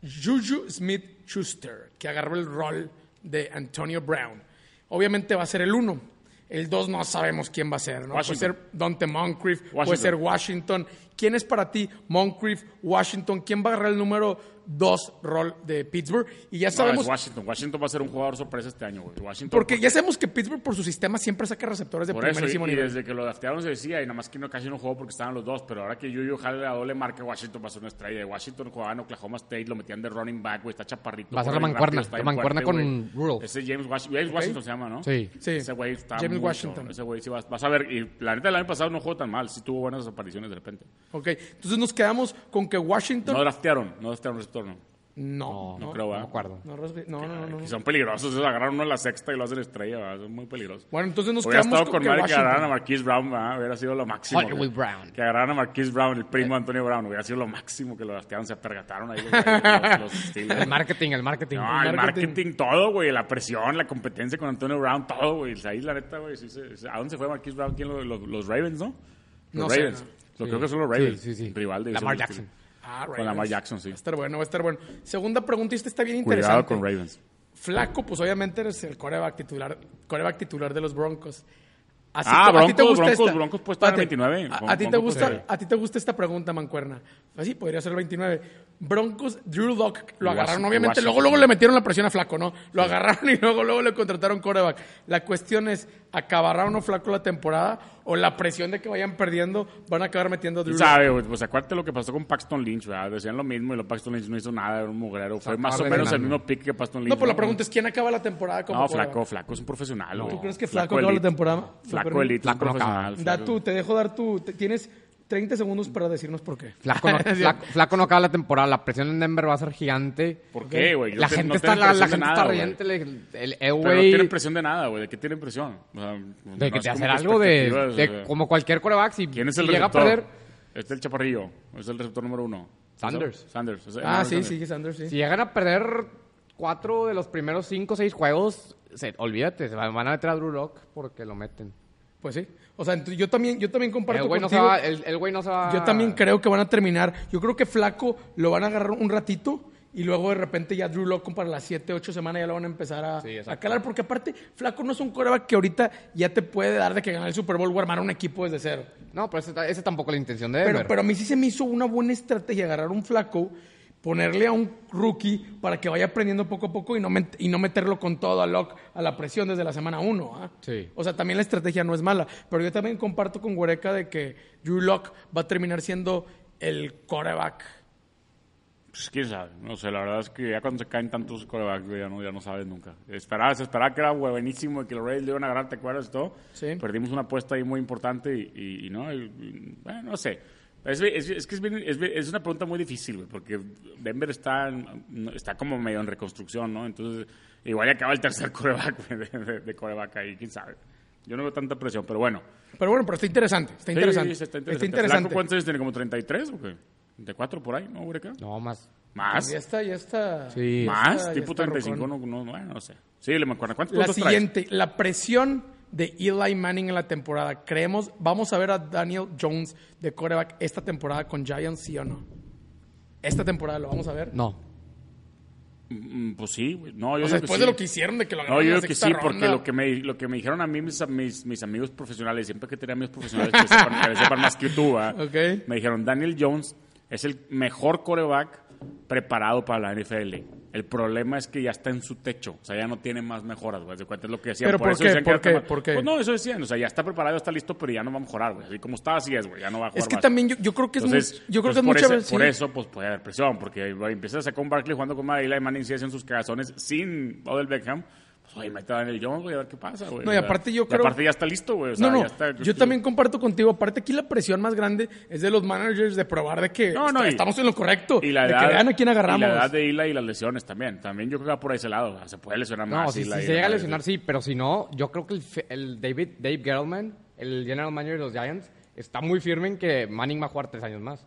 Juju Smith Schuster, que agarró el rol de Antonio Brown. Obviamente va a ser el uno. El dos no sabemos quién va a ser, ¿no? Puede Washington. ser Dante Moncrief, puede Washington. ser Washington. ¿Quién es para ti Moncrief, Washington? ¿Quién va a agarrar el número dos rol de Pittsburgh? Y ya No, sabemos. es Washington. Washington va a ser un jugador sorpresa este año, güey. Washington. Porque ya sabemos que Pittsburgh por su sistema siempre saca receptores este de Por eso, y, primerísimo y nivel. desde que lo draftearon se decía, y nada más que no, casi no jugó porque estaban los dos, pero ahora que Yuyu jale la doble marca, Washington va a ser una estrella. Y Washington jugaba en Oklahoma State, lo metían de running back, güey, está chaparrito. Va a ser la corre mancuerna, está la bien mancuerna con güey. Rudolph. Ese James Washington, James Washington se llama, ¿no? Sí. Sí. Ese güey está James muy Washington. cabrón. Ese güey sí vas, vas a ver, y la neta el año pasado no jugó tan mal, sí tuvo buenas apariciones de repente. Ok, entonces nos quedamos con que Washington... No draftearon, no draftearon receptor, no. No, no, No, creo, ¿eh? No me ¿verdad? acuerdo. no, Rosby- no, no, no, no. Y son peligrosos, esos agarraron uno en la sexta y lo hacen estrella, ¿verdad? son muy peligrosos. Bueno, entonces nos Hubiera Pues quedamos estado con con que madre que agarraran a Washington. Marquise Brown, ¿verdad? hubiera sido lo máximo. Hollywood güey. Brown. Que agarraran a Marquise Brown, el primo de Antonio Brown, hubiera sido lo máximo que lo gastaron, se pergataron ahí los, los, los Steelers. El marketing, el marketing. No, el marketing. marketing, todo, güey, la presión, la competencia con Antonio Brown, todo, güey. Ahí la neta, güey, sí se- se- ¿a dónde se fue Marquise Brown? ¿Quién lo- los, los Ravens, no? Los No sé, Ravens. no. Lo creo que son los Ravens. Sí, sí, sí. Rival de Lamar Jackson. Ah, Con Ravens. Lamar Jackson, sí. Va a estar bueno, va a estar bueno. Segunda pregunta, y esta está bien Cuidado interesante. con Ravens. Flaco, pues obviamente eres el coreback titular, coreback titular de los Broncos. Así Ah, que- Broncos, Broncos, Broncos puede estar en Espérate, 29. A, Bron- a ti te Broncos gusta, puede estar. a ti te gusta esta pregunta, Mancuerna. Así podría ser el 29. Broncos, Drew Lock lo agarraron, Washington, obviamente. Washington. Luego, luego le metieron la presión a Flaco, ¿no? Lo agarraron y luego, luego le contrataron coreback. La cuestión es, ¿acabará o no Flaco la temporada? ¿O la presión de que vayan perdiendo van a acabar metiendo a Drew ¿Quién Lock? sabe, güey? Pues acuérdate lo que pasó con Paxton Lynch, ¿verdad? Decían lo mismo y lo Paxton Lynch no hizo nada, era un mugrero. Fue más o Acabarle menos el ganando. mismo pick que Paxton Lynch. No, pues la pregunta es, ¿quién acaba la temporada como No, coreback? Flaco, Flaco es un profesional. güey. crees que Flaco acaba elite. la temporada? Flaco Super- Elite, es un Flaco no acaba. profesional. Da tú, te dejo dar tú. Tienes 30 segundos para decirnos por qué. Flaco no, flaco, Flaco no acaba la temporada. La presión en Denver va a ser gigante. ¿Por qué, güey? Yo La te- gente no está, tengo la, la presión de gente nada, está güey. reyente. El, el E Pero no tienen Elway. presión de nada, güey. ¿De qué tienen presión? O sea, De no que es te como hacer algo de, expectativas, de o sea. como cualquier coreback. Si, ¿Quién es si el llega a receptor? perder, Este es el chaparrillo. Es el receptor número uno. Sanders. Sanders. es- Ah, Emmanuel sí, Sanders. sí, Sanders, sí. si llegan a perder cuatro de los primeros cinco o seis juegos, se, olvídate, se van van a meter a Drew Lock porque lo meten. Pues sí. O sea, entonces yo también, yo también comparto El güey no se contigo. va- el- el güey no se va. Yo también creo que van a terminar. Yo creo que Flaco lo van a agarrar un ratito y luego de repente ya Drew Lock para las 7, 8 semanas ya lo van a empezar a, Sí, exacto. a calar. Porque aparte, Flaco no es un coreback que ahorita ya te puede dar de que ganar el Super Bowl o armar un equipo desde cero. No, pero esa, esa tampoco es la intención de Denver. Pero, pero a mí sí se me hizo una buena estrategia agarrar un Flaco, ponerle a un rookie para que vaya aprendiendo poco a poco y no, met- y no meterlo con todo a Lock a la presión desde la semana 1. Sí. O sea, también la estrategia no es mala. Pero yo también comparto con Huereca de que Drew Lock va a terminar siendo el coreback. Pues quién sabe. No sé, la verdad es que ya cuando se caen tantos corebacks, güey, ya no, ya no sabes nunca. Esperaba, se esperaba que era güey, buenísimo y que los Raiders le iban a agarrar, ¿te acuerdas? y Todo. Sí. Perdimos una apuesta ahí muy importante y, y- y no, y- y, bueno, no sé. Es, es- es que es, bien- es bien- es una pregunta muy difícil, güey, porque Denver está, en- no- está como medio en reconstrucción, ¿no? Entonces, igual ya acaba el tercer coreback güey, de, de, de coreback ahí, quién sabe. Yo no veo tanta presión, pero bueno. Pero bueno, pero está interesante. Está Sí, interesante. sí, está Está interesante. interesante. Flaco, ¿Cuántos años tiene? ¿Como 33 o qué? ¿34 por ahí? ¿No, Eureka? No, más. ¿Más? Ya está, ya está. Sí. ¿Más? está- ya tipo está 35, rocón. no, no, bueno, no sé. Sí, le me acuerdo. ¿Cuántos La puntos siguiente, la presión de Eli Manning en la temporada. Creemos, vamos a ver a Daniel Jones de coreback esta temporada con Giants, sí o no. Esta temporada lo vamos a ver. No. traes? Mm, Pues sí, güey. No, yo o sea, digo después sí. de lo que hicieron, de que lo No, ganaron yo en la creo que sexta sí, porque ronda. lo que, me, lo que me dijeron a mí mis, mis, mis amigos profesionales, siempre que tenía amigos profesionales que sepan, que sepan más que tú, ¿ah? Ok. me dijeron, Daniel Jones es el mejor coreback preparado para la NFL. El problema es que ya está en su techo, o sea, ya no tiene más mejoras, güey. De cuenta es lo que decían. ¿Pero por qué? decían que ¿Por era qué? tema- ¿Por qué? Pues no, eso decían, o sea, ya está preparado, está listo, pero ya no va a mejorar, güey. Así como está, así es, güey, ya no va a jugar Es que más. también yo, yo creo que es, Entonces, mu- yo creo pues, que es por mucha ese- vez- sí. Por eso, pues puede haber presión, porque güey, empiezas a sacar un Barkley jugando con Madela y Manning si hacen sus cagazones sin Odell Beckham. Pues oye, mete a Daniel Jones, güey, a ver qué pasa, güey. No, y O sea, aparte yo creo- aparte ya está listo, güey. o sea, no, no, ya está- yo también comparto contigo. Aparte, aquí la presión más grande es de los managers de probar de que No, no, est- y- estamos en lo correcto. Y la de edad, que vean a quién agarramos. Y la edad de Ila y las lesiones también. También yo creo que va por ese lado. o sea, se puede lesionar No, más. si, Eli, si se y Ah, la llega a madre. lesionar, sí, pero si no, yo creo que el, fe- el David, Dave Gettleman, el general manager de los Giants, está muy firme en que Manning va a jugar tres años más.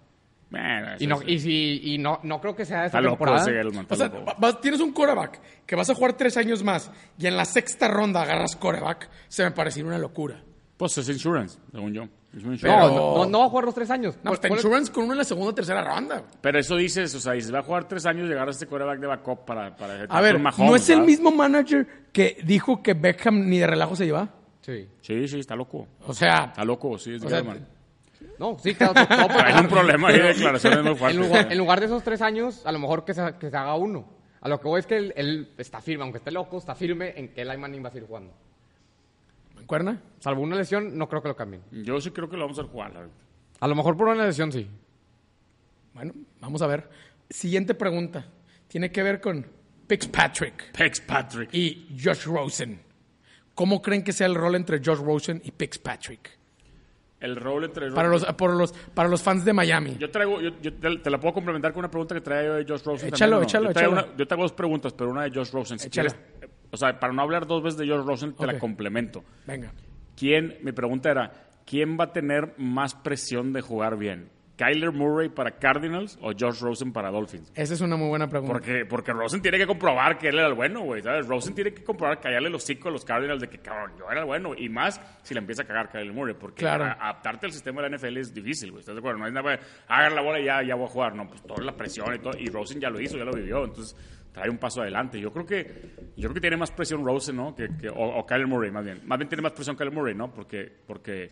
Bueno, eso Y no, es- y si, y no, no creo que sea esta Está loco temporada. ese Gettleman, está O sea, loco. va- vas- tienes un coreback que vas a jugar tres años más y en la sexta ronda agarras coreback, se me parecería una locura. Pues es insurance, según yo. Es un insurance. no, pero- no, no- no va a jugar los tres años. No, Pues, está ponle- insurance con uno en la segunda o tercera ronda. güey. Pero eso dices, o sea, dices, va a jugar tres años y llegar a este coreback de backup para... para A para ver, Ah, Mahomes, ¿no es el ¿verdad? mismo manager que dijo que Beckham ni de relajo se lleva? Sí. Sí, sí, está loco. O sea, Está loco, sí, es sea, Gettleman. No, sí, claro. no, pero- Hay un problema ahí de declaraciones muy en, fuertes. lugar, en lugar de esos tres años, a lo mejor que se, que se haga uno. A lo que voy es que él, él está firme, aunque esté loco, está firme en que Eli Manning va a seguir jugando. ¿me cuerna? Salvo una lesión, no creo que lo cambien. Yo sí creo que lo vamos a jugar. la verdad. A lo mejor por una lesión, sí. Bueno, vamos a ver. Siguiente pregunta. Tiene que ver con Patrick Pex Patrick. y Josh Rosen. ¿Cómo creen que sea el rol entre Josh Rosen y Patrick? El rol entre... Para los, por los, para los fans de Miami. Yo traigo, yo, yo te, te la puedo complementar con una pregunta que traía yo de Josh Rosen. Échalo, también, ¿o no? échalo, yo traigo, échalo. una- yo traigo dos preguntas, pero una de Josh Rosen. Si Échala. quieres, eh, o sea, para no hablar dos veces de Josh Rosen, te Ok. la complemento. Venga. ¿Quién, mi pregunta era, ¿quién va a tener más presión de jugar bien? ¿Kyler Murray para Cardinals o Josh Rosen para Dolphins? Esa es una muy buena pregunta. Porque, porque Rosen tiene que comprobar que él era el bueno, güey, ¿sabes? Rosen tiene que comprobar, callarle los hocico a los Cardinals de que, cabrón, yo era el bueno. Y más si le empieza a cagar Kyler Murray, porque Claro. a- adaptarte al sistema de la NFL es difícil, güey. ¿Estás de acuerdo? No es nada, hagan la bola y ya, ya voy a jugar. No, pues toda la presión y todo. Y Rosen ya lo hizo, ya lo vivió. Entonces, trae un paso adelante. Yo creo que, yo creo que tiene más presión Rosen, ¿no? Que, que- o, o Kyler Murray, más bien. Más bien tiene más presión Kyler Murray, ¿no? Porque, porque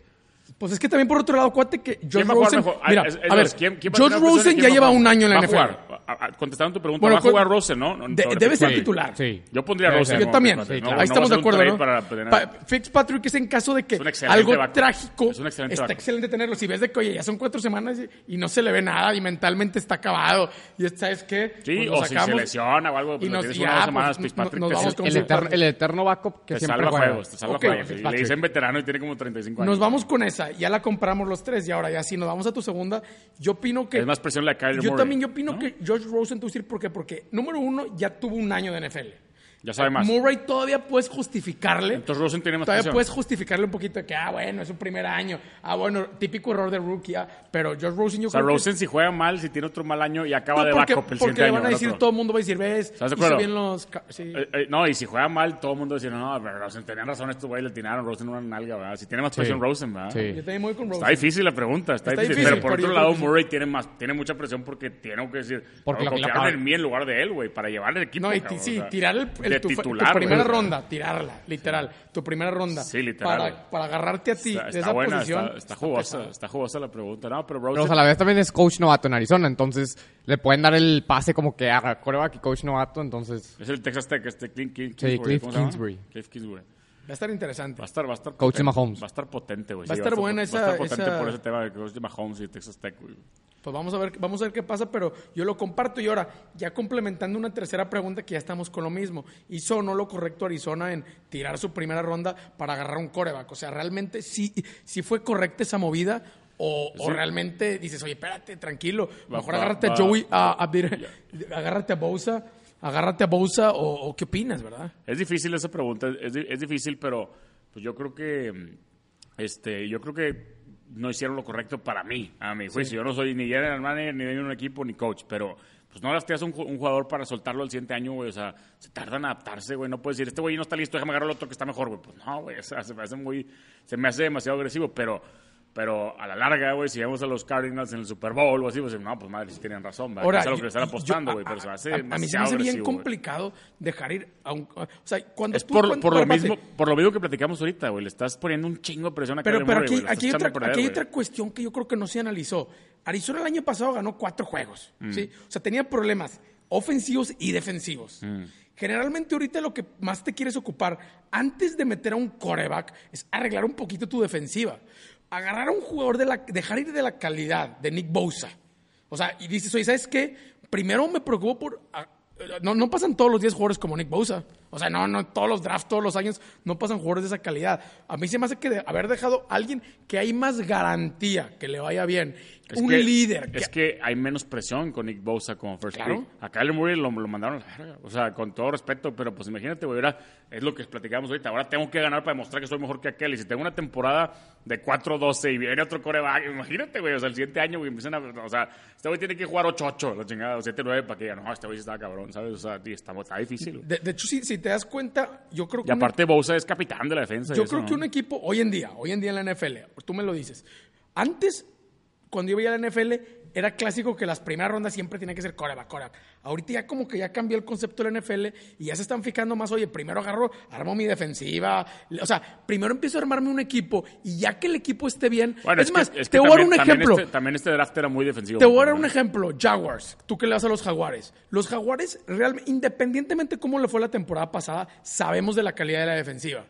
Pues es que también por otro lado, cuate, que Josh ¿Quién va a jugar Rosen. mejor? Mira, Es- es a ver, más, ¿quién- quién va a Josh tener presión y Rosen quién ya va a lleva jugar? un año en la Va a NFL. jugar. A- a- Contestando tu pregunta, Bueno, ¿va a jugar cu- Rosen, no? No, De- sobre debe ser Fitzpatrick. titular. Sí. Yo pondría a Debe Rosen. ser. Yo como también. Fitzpatrick. Sí, No, claro. no Ahí va a estamos de ser un acuerdo, trade ¿no? para- para tener- Pa- Fitzpatrick es en caso de que Es un excelente algo back. trágico. Es un excelente está back. excelente tenerlo. Si ves de que, oye, ya son cuatro semanas y, y no se le ve nada y mentalmente está acabado. Y es- ¿sabes qué? Sí, Pues lo o si se sacamos. lesiona o algo, Y pues lo nos- tienes ya, una o dos pues, semanas, no- Fitzpatrick. nos te- vamos te- con El, eterno, el eterno backup que Te siempre salva juega. juegos, te salva Ok, juegos. Y Le Fitzpatrick. dicen veterano y tiene como 35 años. Nos vamos con esa. Ya la compramos los tres. Y ahora ya si nos vamos a tu segunda, yo opino que... Es más presión la de Kyler Yo Murray, también yo opino ¿no? que Josh Rosen, tú decir, ¿por qué? Porque, número uno, ya tuvo un año de NFL. Ya sabe más. Murray todavía puedes justificarle. Entonces Rosen tiene más Todavía presión. puedes justificarle un poquito de que, ah, bueno, es su primer año. Ah, bueno, típico error de rookie. ah, pero George Rosen yo O sea, creo que- Rosen si juega mal, si tiene otro mal año y acaba No, de porque, backup el porque siguiente le año. van a el decir, otro. todo el mundo va a decir, ves, ¿Estás de hizo acuerdo? bien los... ca- sí. Eh, eh, no, y si juega mal, todo el mundo dice, no, pero Rosen tenían razón, estos güeyes le tiraron Rosen una nalga, ¿verdad? Si tiene más presión Rosen, ¿verdad? Sí. Yo también me voy con Está Rosen. difícil la pregunta, está, Está difícil, difícil, Pero por pero yo otro creo lado, que sí. Murray tiene, más, tiene mucha presión porque tiene que decir. Porque no, lo que le confiaron pagan. en mí en lugar de él, güey, para llevar el equipo. No, y ti- cabrón, sí, o sea, tirar el, el- de tu, titular, tu primera güey. ronda, tirarla, literal. Tu primera ronda. Sí, literal. Para, para agarrarte a ti Está, de está esa buena, posición. está, está jugosa, está jugosa la pregunta. No, pero Rosen. Pero, o sea, a la vez también es coach novato en Arizona, entonces le pueden dar el pase como que a coreback y coach novato, entonces es el Texas Tech, este Clint, Clint- Sí, Kingsbury, Cliff ¿cómo se llama? Kingsbury. Cliff Kingsbury. Va a estar interesante. Va a estar, va a estar. Coach potente, de Mahomes. Va a estar potente, güey. Va a sí, estar buena Va a esa- estar potente esa- por ese tema de Coach de Mahomes y Texas Tech, güey. Pues vamos a ver, vamos a ver qué pasa, pero yo lo comparto y ahora, ya complementando una tercera pregunta que ya estamos con lo mismo. ¿Hizo o no lo correcto Arizona en tirar su primera ronda para agarrar un coreback? O sea, ¿realmente sí, sí fue correcta esa movida? O, o realmente dices, oye, espérate, tranquilo, Va- mejor va- agárrate a va- Joey, a, a Vir- agárrate a Bosa, agárrate a Bosa, o, o qué opinas, ¿verdad? Es difícil esa pregunta, es, di- es difícil, pero pues yo creo que mm, este, yo creo que no hicieron lo correcto para mí, a mi juicio. Yo no soy ni general manager, ni de un equipo, ni coach, pero pues no las a un, ju- un jugador para soltarlo al siguiente año, güey. O sea, se tarda en adaptarse, güey. No puedes decir, este güey no está listo, déjame agarrar al otro que está mejor, güey. Pues no, güey, o sea, se me hace muy, se me hace demasiado agresivo, pero... Pero a la larga, güey, si vemos a los Cardinals en el Super Bowl o así, pues no, pues madre, si tienen razón, ¿verdad? es a lo que yo- le están yo- apostando, a- güey, pero se me hace a, a mí se me demasiado hace bien agresivo, güey. complicado dejar ir a un... O sea, cuando Es tú- por, cuando- por lo pero aparte, mismo, por lo mismo que platicamos ahorita, güey. Le estás poniendo un chingo de presión a Pero, Kyler pero Murray, aquí, güey, lo estás aquí hay otra, echando a perder, aquí hay güey. otra cuestión que yo creo que no se analizó. Arizona el año pasado ganó cuatro juegos, Mm. ¿sí? O sea, tenía problemas ofensivos y defensivos. Mm. Generalmente ahorita lo que más te quieres ocupar antes de meter a un coreback es arreglar un poquito tu defensiva. Agarrar a un jugador de la... Dejar ir de la calidad de Nick Bosa. O sea, y dices, oye, ¿sabes qué? Primero me preocupo por... ah, No, no pasan todos los 10 jugadores como Nick Bosa. O sea, no, no, todos los drafts, todos los años, no pasan jugadores de esa calidad. A mí se me hace que de haber dejado a alguien que hay más garantía que le vaya bien. Es un que- líder. que- Es que hay menos presión con Nick Bosa como first Claro. pick. A Kyler Murray lo, lo mandaron a la verga. O sea, con todo respeto, pero pues imagínate, güey. Ahora es lo que platicamos ahorita. Ahora tengo que ganar para demostrar que soy mejor que aquel. Y si tengo una temporada de 4-12 y viene otro coreback, imagínate, güey. O sea, el siguiente año, güey, empiezan a. O sea, este güey tiene que jugar 8-8, la chingada, o 7-9 para que digan, no, este güey sí está cabrón, ¿sabes? O sea, y está, está difícil. güey. de, de hecho, si, si te das cuenta, yo creo que... Y una- aparte, Bosa es capitán de la defensa. y Yo eso, creo que ¿no? un equipo hoy en día, hoy en día en la NFL, tú me lo dices. Antes, cuando yo veía la NFL, era clásico que las primeras rondas siempre tenía que ser coreback, coreback. Ahorita ya como que ya cambió el concepto de la NFL y ya se están fijando más, oye, primero agarro, armo mi defensiva. O sea, primero empiezo a armarme un equipo y ya que el equipo esté bien. Bueno, es, que- más, es que te voy a dar también- un también ejemplo. este- también este draft era muy defensivo. Te voy a dar un ¿no? ejemplo. Jaguars, tú que le vas a los Jaguares. Los Jaguares, real, independientemente cómo le fue la temporada pasada, sabemos de la calidad de la defensiva.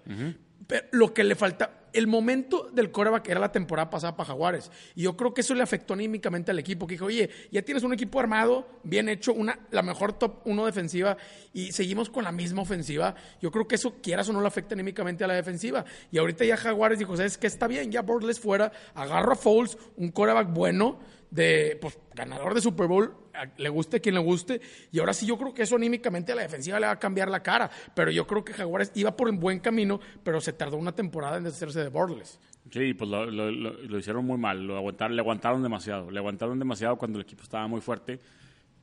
Pero lo que le falta, el momento del coreback era la temporada pasada para Jaguares. Y yo creo que eso le afectó anímicamente al equipo, que dijo, oye, ya tienes un equipo armado, bien hecho, una, la mejor top 1 defensiva y seguimos con la misma ofensiva. Yo creo que eso, quieras o no, le afecta anímicamente a la defensiva. Y ahorita ya Jaguares dijo, ¿sabes qué? Está bien, ya Bortles fuera, agarro a Foles, un coreback bueno de pues, ganador de Super Bowl, a- le guste quien le guste, y ahora sí yo creo que eso anímicamente a la defensiva le va a cambiar la cara, pero yo creo que Jaguares iba por un buen camino, pero se tardó una temporada en deshacerse de Borles. Sí, pues lo, lo- lo- lo hicieron muy mal. Lo aguantaron, le aguantaron demasiado. Le aguantaron demasiado cuando el equipo estaba muy fuerte.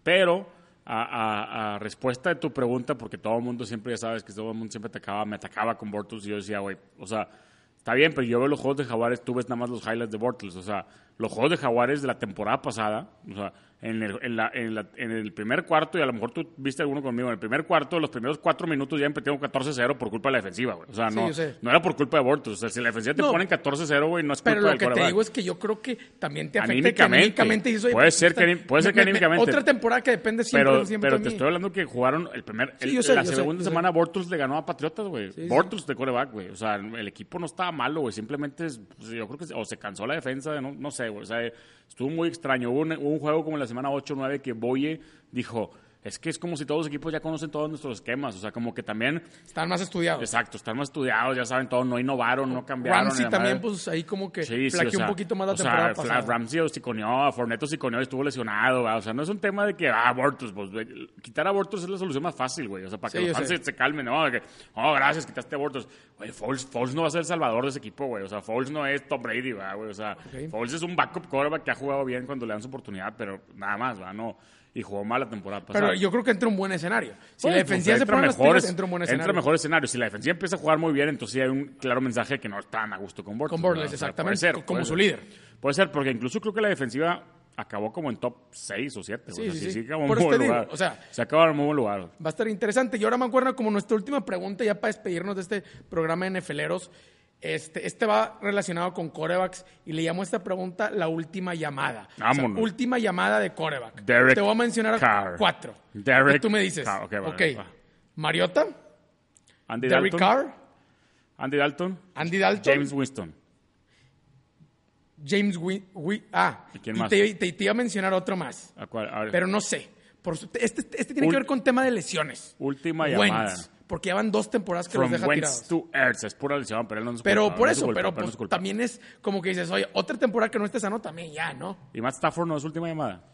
Pero, a, a- a respuesta de tu pregunta, porque todo el mundo siempre, ya sabes que todo el mundo siempre atacaba, me atacaba con Bortles y yo decía, güey, o sea, está bien, pero yo veo los juegos de Jaguares, tú ves nada más los highlights de Bortles. O sea, los juegos de Jaguares de la temporada pasada, o sea, en el, en la- en la- en el primer cuarto, y a lo mejor tú viste alguno conmigo, en el primer cuarto, los primeros cuatro minutos ya empezaron 14-0 por culpa de la defensiva, güey. O sea, Sí, no, yo sé. no era por culpa de Bortles. O sea, si la defensiva te No. ponen 14-0, güey, no es culpa Pero lo del que te quarterback. digo es que yo creo que también te afecta que Anímicamente. dices, oye, Puede pues, ser esta- que aní- puede ser que anímicamente. Otra temporada que depende siempre, pero, siempre pero de te mí. estoy hablando que jugaron el primer. Sí, el- yo sé, la yo sé, segunda yo sé. semana Bortles le ganó a Patriotas, güey. sí. Bortles de coreback, güey. O sea, el equipo no estaba malo, güey. Simplemente es- pues, yo creo que se- o se cansó la defensa, no, no sé, güey. O sea, estuvo muy extraño. Hubo un, hubo un juego como en la semana 8 o 9 que Boye dijo. Es que es como si todos los equipos ya conocen todos nuestros esquemas. O sea, como que también. Están más estudiados. Exacto, están más estudiados, ya saben todo, no innovaron, no cambiaron. Ramsey y la también, madre. pues ahí como que Sí, sí, flaqueó o sea, un poquito más la o sea, temporada Fla- pasada. Ramsey osiconeó, Forneto osiconeó, estuvo lesionado, ¿va? o sea, no es un tema de que ah, abortos, pues, güey, quitar abortos es la solución más fácil, güey, o sea, para que Sí, los yo fans sé. se, se calmen, ¿no? De que, oh, gracias, quitaste abortos. Güey, Foles, Foles no va a ser el salvador de ese equipo, güey, o sea, Foles no es Tom Brady, ¿va, güey, o sea, Foles es un backup quarterback que ha jugado bien cuando le dan su oportunidad, pero nada más, ¿va? No, y jugó mal la temporada pasada. Pero yo creo que entra un buen escenario. Si Oye, la defensiva pues, se entra pone las mejor, pilas, entra un buen escenario. Entra mejor escenario. Si la defensiva empieza a jugar muy bien, entonces sí hay un claro mensaje que no están a gusto con Bortles. Con Bortles, ¿no? O sea, exactamente, puede como puede su líder. Puede ser, porque incluso creo que la defensiva acabó como en top 6 o 7. Sí, o sea, sí, sí, sí. sí acabó en Por muy eso te buen digo, lugar. o sea- se acabó en muy buen lugar. Va a estar interesante. Y ahora, Mancuerna, como nuestra última pregunta, ya para despedirnos de este programa de NFLeros, este, este va relacionado con corebacks y le llamo a esta pregunta la última llamada. O sea, Vámonos. última llamada de coreback. Derek Te voy a mencionar a Carr. cuatro. Derek Y tú me dices, Carr, ok, vale, ok, va. Mariota, Andy Derek Dalton. Carr, Andy Dalton. Andy Dalton, James Winston. James Wi- Wi- ah, ¿Y quién más? Te, te- te iba a mencionar otro más, ¿A cuál? A ver, pero no sé. Por su- este, este tiene Ul- que ver con tema de lesiones. Última Wentz, llamada. porque ya van dos temporadas que From los deja Wentz tirados. to Earth. Es pura lesión, pero él no nos Pero culpa, por no es su eso, culpa, pero no es pues, su culpa. también es como que dices, oye, otra temporada que no esté sano también ya, ¿no? Y Matt Stafford no es su última llamada.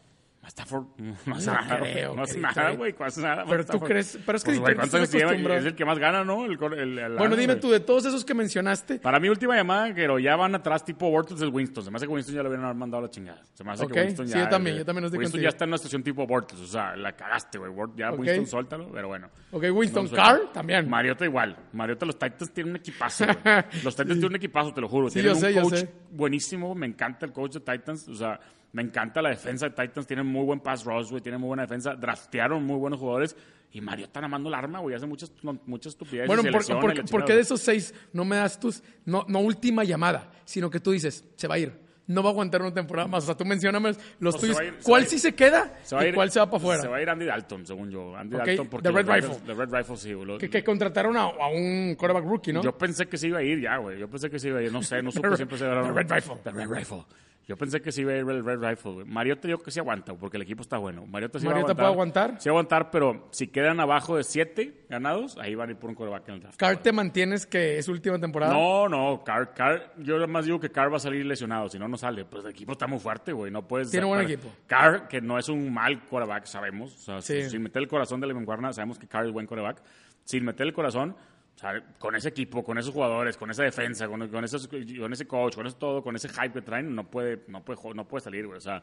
Matt Stafford no hace No nada. güey. creo, no hace querido, nada, güey. güey. No hace nada. Pero Matt tú Stafford. crees- pero es que Pues, güey, diferentes ¿cuántos años están lleva? acostumbrados. Es el que más gana, ¿no? El, cor- el- el bueno, año, dime güey. tú, de todos esos que mencionaste, Para mí, última llamada, pero ya van atrás tipo Bortles del Winston. Se me hace que Winston ya lo hubieran mandado a la chingada. Se me hace Ok, que Winston sí, ya... yo también, güey. yo también estoy Winston contigo. ya está en una estación tipo Bortles. O sea, la cagaste, güey. Bort- Ya Ok. Winston, suéltalo, pero bueno. ok, Winston No, no Carr suelta. también. Mariota igual. Mariota, los Titans tienen un equipazo, güey. Los Titans tienen un equipazo, te lo juro. Sí, tienen yo sé, yo un coach sé. buenísimo. Me encanta el coach de Titans. O sea, me encanta la defensa de Titans. Tienen muy buen pass rush, güey. Tienen muy buena defensa. Draftearon muy buenos jugadores. Y Mariota nada más no la arma, güey. Hace muchas, no- muchas estupideces. bueno, y se por, lesiona por- y la ¿por chingada, qué de güey. esos seis no me das tus, no, no última llamada, sino que tú dices, se va a ir, no va a aguantar una temporada más? O sea, tú mencioname los No, se tuyos, va a ir, se ¿cuál va a sí ir. se queda Se va a y ir- cuál se va para Se afuera? va a ir Andy Dalton, según yo. Andy Ok, Dalton porque the los Red Ravens- Rifle. The Red Rifle, sí. güey. Lo- Que, que contrataron a, a un quarterback rookie, ¿no? Yo pensé que se iba a ir ya, güey. Yo pensé que se iba a ir. No sé, no supe Red- siempre se iba a The Red Rifle. The Red Rifle. Yo pensé que se iba a ir el Red Rifle, güey. Mariota yo creo que sí aguanta, porque el equipo está bueno. Mariota sí va a Mariota aguantar. puede aguantar. Sí va a aguantar, pero si quedan abajo de 7 ganados, ahí van a ir por un coreback en el draft. Carr te mantienes que es última temporada. No, no, Carr, Carr, yo nada más digo que Carr va a salir lesionado, si no, no sale. Pues el equipo está muy fuerte, güey, no puedes... Tiene buen para- equipo. Carr, que no es un mal coreback, sabemos. O sea, Sí. sin meter el corazón de la menguarna, sabemos que Carr es buen coreback. Sin meter el corazón, o sea, con ese equipo, con esos jugadores, con esa defensa, con, con, esos- con ese coach, con eso todo, con ese hype que traen, no puede, no puede, jo- no puede salir, güey. O sea,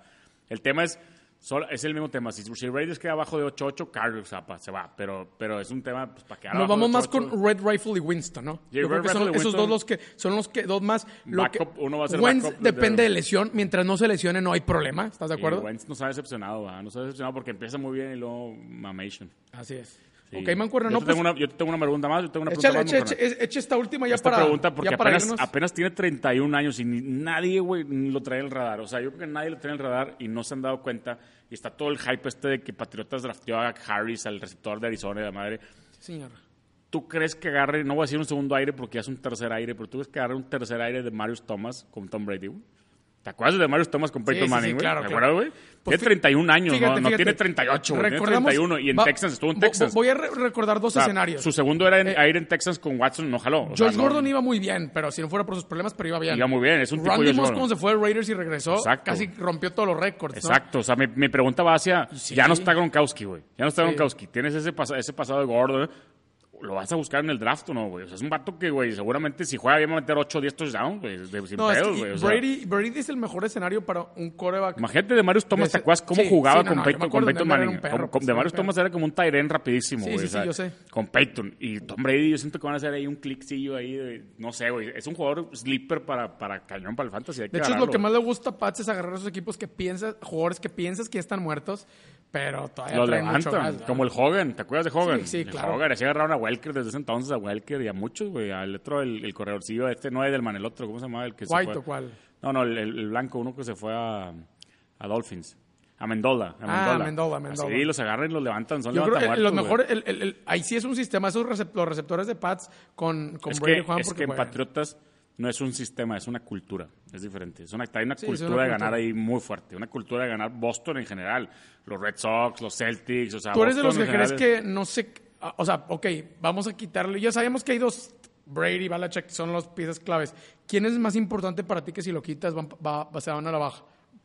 el tema es... solo- es el mismo tema. Si, si Raiders queda abajo de 8-8, Carr zapa, se va. Pero, pero es un tema pues, para quedar Nos abajo de vamos más 8-8. con Red Rifle y Winston, ¿no? Yeah, Yo creo Red que son Rifle y esos Winston. dos los que son los que dos más. Lo que- Backup, uno va a ser Wentz backup de- depende de lesión, mientras no se lesione no hay problema, ¿estás de Y acuerdo? Eh, Wentz nos ha decepcionado, ¿verdad? nos ha decepcionado porque empieza muy bien y luego mamation. Así es. Sí. Ok, Mancuerna, yo no te pues, tengo una, Yo te tengo una pregunta más, yo tengo una échale, pregunta eche, más. eche- Mancuerna. eche- eche esta última ya Esta para pregunta porque ya para apenas, irnos. apenas tiene 31 años y ni- nadie, güey, lo trae el radar. O sea, yo creo que nadie lo trae el radar y no se han dado cuenta. Y está todo el hype este de que Patriotas drafteó a Harris, al receptor de Arizona y la madre. Señor. ¿Tú crees que agarre, no voy a decir un segundo aire porque ya es un tercer aire, pero tú crees que agarre un tercer aire de Marius Thomas con Tom Brady, güey? ¿Te acuerdas de Marius Thomas con Peyton sí, sí, Manning, güey? claro, ¿Te claro. acuerdas, güey? Pues fí- tiene 31 años, Fíjate, ¿no? No fíjate. tiene 38, güey. Tiene Recordamos- 31 y en va- Texas, estuvo en vo- Texas. vo- Voy a re- recordar dos O sea, escenarios. Su segundo era en, aire en Texas con Watson, no jaló. O sea, Josh no- Gordon iba muy bien, pero si no fuera por sus problemas, pero iba bien. Iba muy bien, es un tipo Randy Josh Moss Gordon. cuando se fue a Raiders y regresó, Exacto. casi rompió todos los récords, pues, ¿no? Exacto, o sea, mi, mi pregunta va hacia, Sí. ya no está Gronkowski, güey, ya no está Gronkowski, tienes ese, pasa- ese pasado de gordo, ¿eh? ¿lo vas a buscar en el draft o no, güey? O sea, es un vato que, güey, seguramente si juega bien va a meter 8 o 10 touchdowns, güey, de- sin No, es que pedos, güey. o sea. Brady, Brady es el mejor escenario para un coreback. Imagínate de Marius Thomas, ¿te Ese- acuerdas cómo sí, jugaba sí, no, con, no, yo me Peyton, con acuerdo, Peyton Denver era Manning? un perro, Con- con- pues, de era un Marius perro. Thomas era como un Tyren rapidísimo, Sí, güey. sí, o sea, sí, yo sé. Con Peyton. Y Tom Brady, yo siento que van a hacer ahí un clickcillo ahí. de- no sé, güey. Es un jugador sleeper para, para cañón, para el fantasy. hay De que hecho, es lo agarrarlo, que güey. más le gusta a Pats es agarrar a esos equipos que piensas, jugadores que piensas que ya están muertos, pero todavía Lo traen mucho levantan, gas, ¿no? como el Hogan, ¿te acuerdas de Hogan? Sí, sí, El claro. Hogan, así agarraron a Welker desde ese entonces, a Welker y a muchos, güey, al otro, el, el corredorcillo, este no es del man, el otro, ¿cómo se llamaba? El que se White fue? o cuál? No, no, el, el- el blanco, uno que se fue a, a Dolphins, a Mendola. A Ah, Amendola, Amendola. Sí, los agarran y los levantan, son Yo creo que levantamuertos, el- los güey. mejores, el- el- el- ahí sí es un sistema, esos recep- los receptores de Pats con, con es Brady que, juegan es porque que en juegan. Patriotas no es un sistema, es una cultura. Es diferente. Es una, hay una Sí, es cultura una de ganar cultura. ahí muy fuerte. Una cultura de ganar Boston en general. Los Red Sox, los Celtics, o sea. Tú eres de los Boston que en crees general que no sé. ah, O sea, ok, vamos a quitarle. Ya sabemos que hay dos. Brady y Balachek son los piezas claves. ¿Quién es más importante para ti que si lo quitas van, va- va- se van a la baja? es-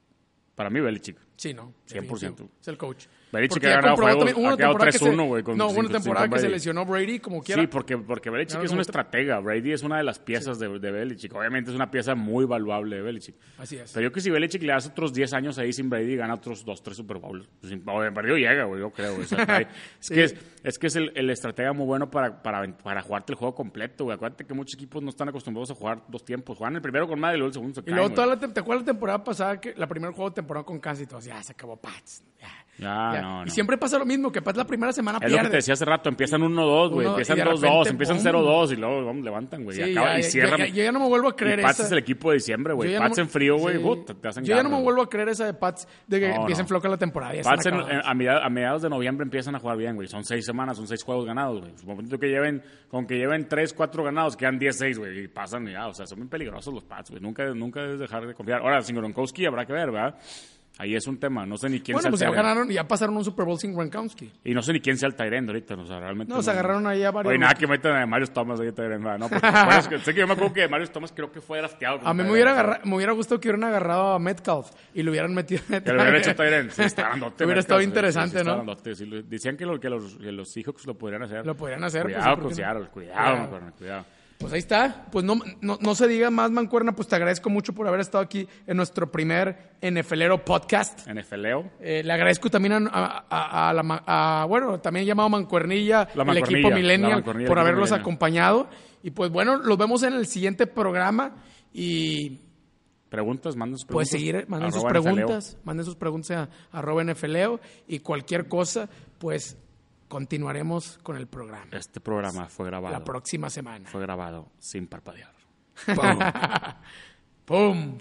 Para mí, Belichick. Sí, no. 100%. definitivo. Es el coach. Belichick Porque ha ya ganado comprobó juegos, también- hubo ha una quedado temporada que se- 3-1, güey, con- No, hubo una sin- sin temporada Tom que se Brady. lesionó Brady como quiera. Sí, porque, porque Belichick Claro, es como un te- estratega. Brady es una de las piezas de, de Belichick. Obviamente es una pieza muy valuable de Belichick. Así es. Pero yo que si Belichick le hace otros 10 años ahí sin Brady y gana otros 2, 3 Super Bowls. Pues, sin- o de perdido llega, güey, yo creo. güey. O sea, trae- Sí. Es que es, es que es el, el estratega muy bueno para, para, para jugarte el juego completo, güey. Acuérdate que muchos equipos no están acostumbrados a jugar dos tiempos. Juegan el primero con madre y luego el segundo se Y caen, luego güey. toda la, tem- ¿te acuerdas la temporada pasada que la primer juego de temporada con Kansas y todo? Ya se acabó Pats. Ya, Ya, ya. Ah, no, Y no. siempre pasa lo mismo, que Pats la primera semana Es pierde. lo que te decía hace rato, empiezan 1-2, güey, Uno- empiezan y de 2-2, repente, empiezan ¡pum! 0-2 y luego vamos, levantan, güey, Sí, y, acaba- ya, y ya, cierran. ya, ya, yo ya no me vuelvo a creer Y Pats esa. es el equipo de diciembre, Yo güey, ya no Pats me- en frío, güey, Sí. uh, te, te hacen Yo ya no garra, me güey. vuelvo a creer esa de Pats de que No, empiecen no. floca la temporada. Ya están Pats en- acabados. a, meda- a mediados de noviembre empiezan a jugar bien, güey. Son seis semanas, son seis juegos ganados, güey. Supongo que lleven, con que lleven tres, cuatro ganados, quedan 10-6, güey. Y pasan, ya, o sea, son bien peligrosos los Pats, güey. Nunca, nunca debes dejar de confiar. Ahora, sin Gronkowski habrá que ver, ¿verdad? Ahí es un tema. No sé ni quién bueno, se pues ya altera. ganaron, ya pasaron un Super Bowl sin Gronkowski. Y no sé ni quién sea el Tyrend ahorita, o sea, realmente. No, se agarraron ahí a varios Oye, nada rookies. que metan a Marius Thomas ahí a Tyrend, no, porque bueno, es que- sé que yo me acuerdo que Marius Thomas creo que fue drafteado. como A mí me tight hubiera, end. agarra- me hubiera gustado que hubieran agarrado a Metcalf y lo hubieran metido. Que lo hubieran hecho tight end. Sí, está grandote, Hubiera Metcalf, estado sí, sí, interesante, sí, está ¿no? grandote, sí, lo- decían que, lo- que los, que los Seahawks lo podrían hacer. Lo podrían hacer, pues, Cuidado sí, con ¿por qué no? Seattle, cuidado, Cuidado. mancuerna, cuidado. Pues ahí está. Pues no, no, no se diga más, Mancuerna. Pues te agradezco mucho por haber estado aquí en nuestro primer NFLero podcast. NFLeo. Eh, le agradezco también a, a- a- a la ma- a- bueno, también llamado Mancuernilla, La el Mancuernilla, equipo la Millennial, Mancuernilla, el por equipo haberlos Millennial. acompañado. Y pues bueno, los vemos en el siguiente programa. Y Preguntas, manden sus preguntas. pues seguir, manden sus Arroba NFLeo. preguntas, manden sus preguntas a arroba NFLeo E y cualquier cosa, pues continuaremos con el programa Este programa fue la grabado. próxima semana. Fue grabado sin parpadear. ¡Pum!